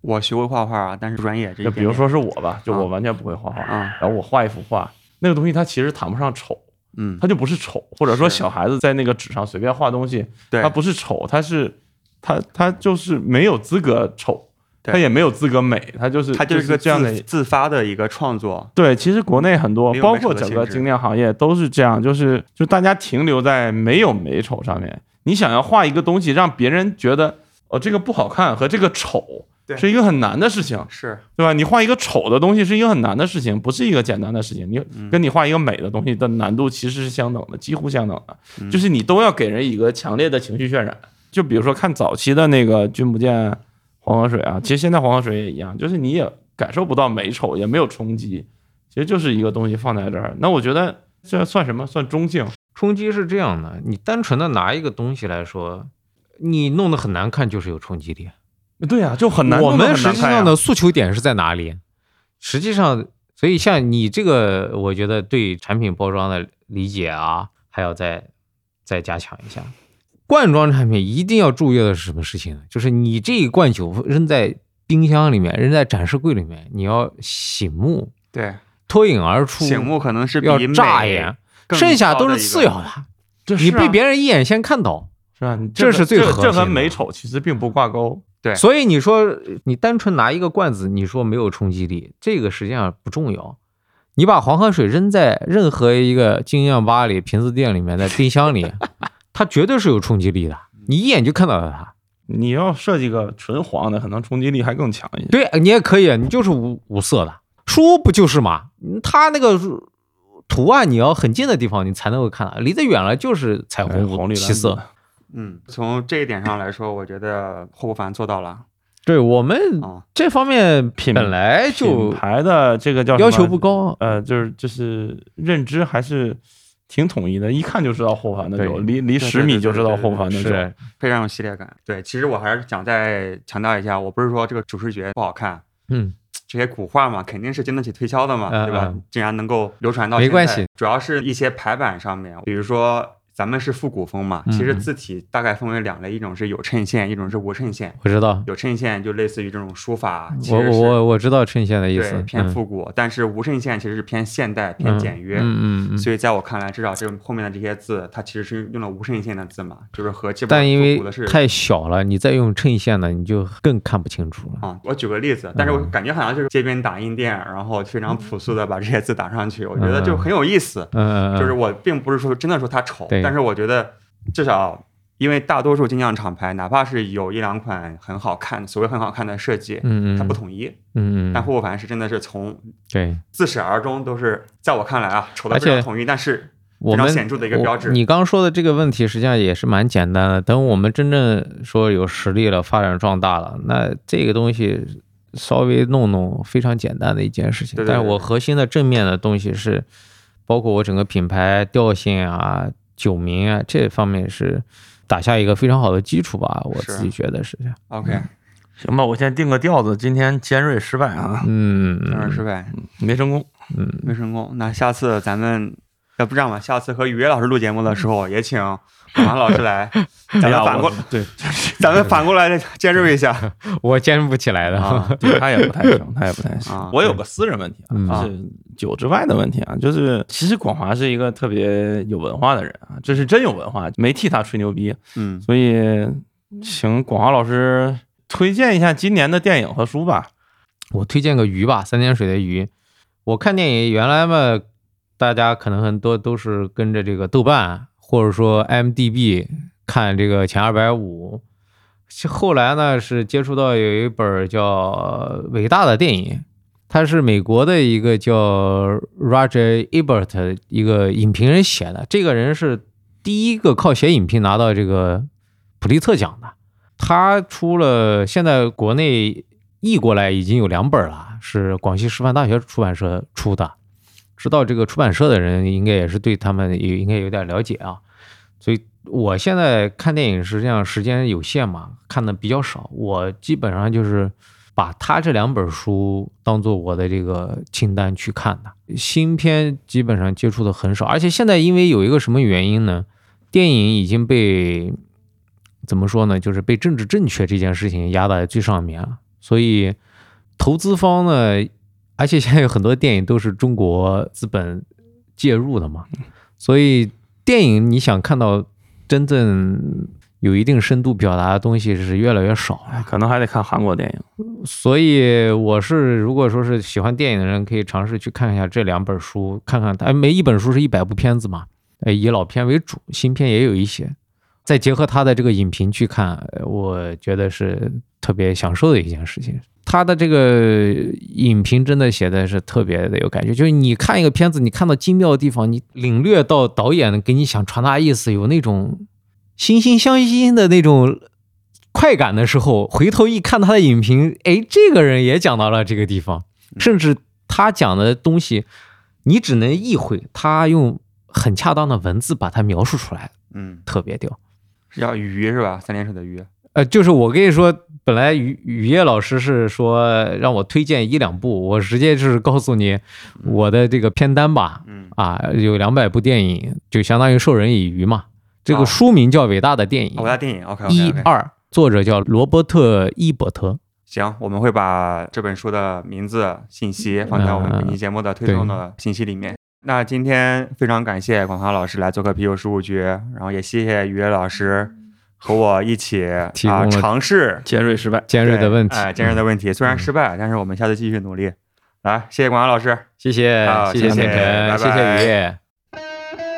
我学过画画啊，但是专业这一
就
点
比如
点
说是我吧，就
啊
我完全不会画画，
啊，
然后我画一幅画，那个东西它其实谈不上丑，
嗯，
它就不是丑，或者说
是
小孩子在那个纸上随便画东西，
对
它，不是丑，它是它它就是没有资格丑，
对
它也没有资格美，它就是
它就是
是
个
这样的
自。自发的一个创作，
对，其实国内很多
没，有
包
美丑
括
的
整
限
个
制
精酿行业都是这样，就是就大家停留在没有美丑上面。你想要画一个东西，让别人觉得哦这个不好看和这个丑
对
是一个很难的事情，
是
对吧？你画一个丑的东西是一个很难的事情，不是一个简单的事情。你跟你画一个美的东西的难度其实是相等的，几乎相等的，就是你都要给人一个强烈的情绪渲染。就比如说看早期的那个君不见黄河水啊，其实现在黄河水也一样，就是你也感受不到美丑，也没有冲击，其实就是一个东西放在这儿。那我觉得这算什么？算中性。
冲击是这样的，你单纯的拿一个东西来说，你弄得很难看就是有冲击力。
对呀、就很难。
我
弄得
们
很
实
难
际
看呀
啊
上的诉求点是在哪里？实际上，所以像你这个，我觉得对产品包装的理解啊，还要再再加强一下。罐装产品一定要注意的是什么事情呢？就是你这一罐酒扔在冰箱里面，扔在展示柜里面，你要醒目，
对，
脱颖而出，
醒目可能是
要
比美
扎眼，
更
剩下都
高的一
是
个
次要的。
这是
你
啊
被别人一眼先看到，
是吧？你
这
个
是最
这个
核
啊这
心
和
的
美丑其实并不挂钩。
对
所以你说呃你单纯拿一个罐子，你说没有冲击力，这个实际上不重要。你把黄河水扔在任何一个精酿吧里、瓶子店里面的冰箱 里，它绝对是有冲击力的，
嗯
你一眼就看到了它。
你要设计个纯黄的，可能冲击力还更强一些。
对你也可以，你就是无无色的书不就是嘛？它那个图案你要很近的地方你才能够看到，离得远了就是彩
哎
虹
红绿蓝
七色
紫。
嗯，从这一点上来说，我觉得霍不凡做到了
对我们
啊，
这方面
哦品
本来
品
就
牌的这个叫什么
要求不，高，
呃，就是就是认知还是挺统一的，一看就知道霍凡的酒，
对
离离
对
十
对
米
对
就知
对
道
对
霍凡的酒。
是
非常有系列感。对，其实我还是想再强调一下，我不是说这个主视觉不好看，
嗯。
这些古画嘛，肯定是经得起推销的嘛，
嗯
对吧
嗯？
竟然能够流传到
没
现在
关系，
主要是一些排版上面，比如说咱们是复古风嘛，
嗯
其实
嗯
字体大概分为两类，一种是有衬线，一种是无衬线。
我知道，
有衬线就类似于这种书法，其
我
实
我
是
我我知道衬线的意思
对，偏
嗯
复古，但是无衬线其实是偏现代、偏简约。
嗯嗯嗯嗯。
所以在我看来，至少这后面的这些字，它其实是用了无衬线的字嘛，就是和基本
但因
上复
为
古的是
太小了，你再用衬线呢，你就更看不清楚了。
啊、我举个例子，但是我
嗯
感觉好像就是街边打印店，然后非常朴素的把这些字打上去，我觉得就很有意思。
嗯，嗯嗯
就是我并不是说真的说它丑，
对
但是我觉得至少因为大多数精酿厂牌，哪怕是有一两款很好看，所谓很好看的设计，
嗯嗯，
它不统一。
嗯，嗯
但
嗯，
霍霍凡是真的是从
对
自始而终都是，在我看来啊，丑的
而
非常
且
统一，但是
我
非常
们
显著的一个
我
标志
你刚说的这个问题，实际上也是蛮简单的。等我们真正说有实力了，发展壮大了，那这个东西稍微弄弄，非常简单的一件事情。
对对
但是
对
我核心的正面的东西是，包括我整个品牌调性啊、酒名啊这方面是打下一个非常好的基础吧。我
是啊
自己觉得是这样。
OK，
行吧，我先定个调子，今天尖锐失败 啊，
嗯，
当然失败
没成功。
没成功。那下次咱们要不这样吧，下次和雨悦老师录节目的时候，也请王老师 来，咱
哎呀
们反
我
过
对
咱们反过来尖锐 一下
嗯我坚不起来的。
啊
对他也不太行，他也不 太行。
啊！
我有个私人问题
嗯
啊，就是酒之外的问题啊，就是其实广华是一个特别有文化的人啊，这是真有文化，没替他吹牛逼。
嗯，
所以，请广华老师推荐一下今年的电影和书吧。
我推荐个鱼吧，三点水的鱼。我看电影原来嘛，大家可能很多都是跟着这个豆瓣或者说 m d b 看这个前二百五。是后来呢，是接触到有一本叫呃《伟大的电影》，它是美国的一个叫 Roger Ebert 的一个影评人写的。这个人是第一个靠写影评拿到这个普利策奖的。他出了现在国内译过来已经有两本了，是广西师范大学出版社出的。知道这个出版社的人，应该也是对他们有应该有点了解啊。所以我现在看电影，实际上时间有限嘛，看的比较少。我基本上就是把他这两本书当做我的这个清单去看的。新片基本上接触的很少，而且现在因为有一个什么原因呢？电影已经被怎么说呢？就是被政治正确这件事情压在最上面了，所以投资方呢，而且现在有很多电影都是中国资本介入的嘛，所以电影你想看到真正有一定深度表达的东西是越来越少了。
哎可能还得看韩国电影。
所以我是如果说是喜欢电影的人，可以尝试去看一下这两本书，看看它每一本书是一百部片子嘛，呃，以老片为主，新片也有一些，再结合他的这个影评去看，呃我觉得是特别享受的一件事情。他的这个影评真的写的是特别的有感觉，就是你看一个片子，你看到精妙的地方，你领略到导演给你想传达意思，有那种惺惺相惜的那种快感的时候，回头一看他的影评，哎，这个人也讲到了这个地方，甚至他讲的东西，你只能意会，他用很恰当的文字把它描述出来，
嗯，
特别屌。
是叫鱼是吧？三点水的鱼。
呃，就是我跟你说，本来雨雨夜老师是说让我推荐一两部，我直接就是告诉你我的这个片单吧，
嗯
啊，有两百部电影，就相当于授人以渔嘛。这
哦
个书名叫《哦伟大的电影
我》，家电影 OK OK
一
OK。
二，作者叫罗伯特·伊伯特。
行，我们会把这本书的名字、信息放在我们本期节目的推送的信息里面。那今天非常感谢广华老师来做客啤酒十五局，然后也谢谢于磊老师和我一起啊、
提供了
尝试
杰瑞失败，
尖锐的
对
问题，嗯
哎，尖锐的问题，虽然失败，但是我们下次继续努力。来，谢谢广华老师。
谢谢
好，
谢
谢谢
谢晨，
拜
谢谢
拜
雨夜。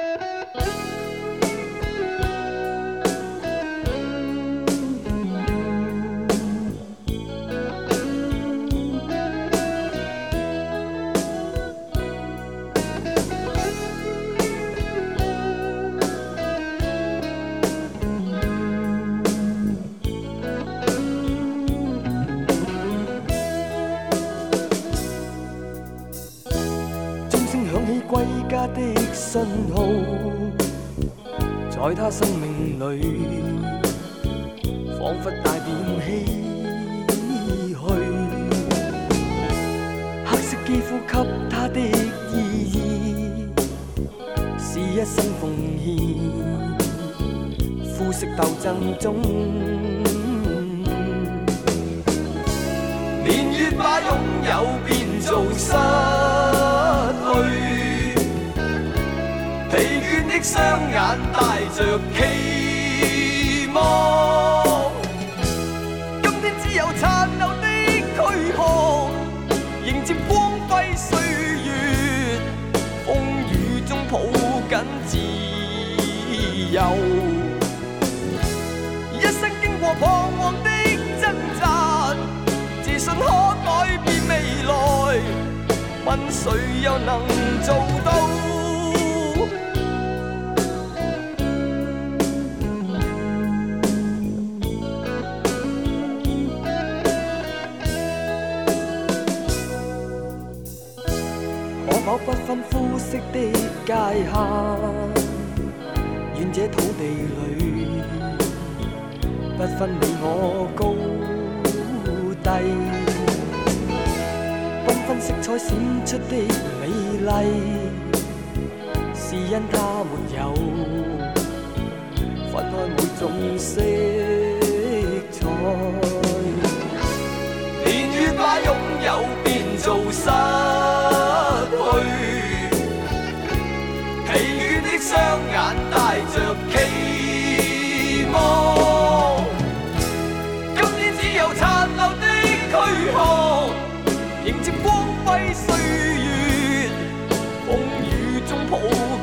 钟声响起归家的信号，在他生命里，仿佛带点唏嘘。黑色肌肤给他的意义，是一生奉献。肤色斗争中，年月把拥有变做失去，疲倦的雙眼帶着期望。今天只有殘留的軀殼，迎接光輝歲月，風雨中抱緊自由。一生經過彷徨的掙扎，自信可改變未來，問誰又能做到？可否不分膚色的界限，願這土地裏。不分你我高低，缤纷色彩閃出的美麗，是因它沒有分開每種色彩。年月把擁有變做失去，疲倦的雙眼帶着期望。今天只有殘留的軀殼，迎接光輝歲月，風雨中抱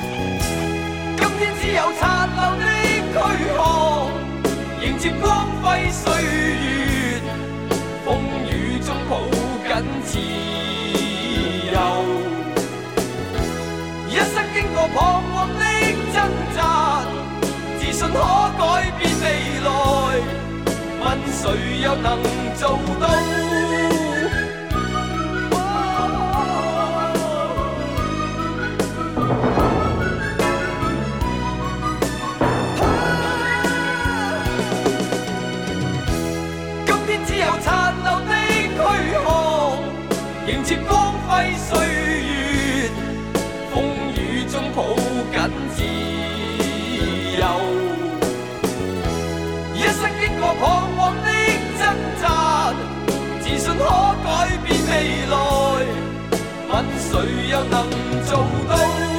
今天只有殘留的軀殼，迎接光輝歲月，風雨中抱緊自由。一生經過彷徨的掙扎，自信可改變未來，問誰又能做到？今天只有殘留的軀殼，迎接光輝歲月，風雨中抱緊自由。一生經過彷徨的掙扎，自信可改變未來，問誰又能做到？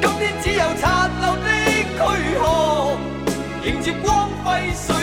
今天只有殘留的軀殼，迎接光輝歲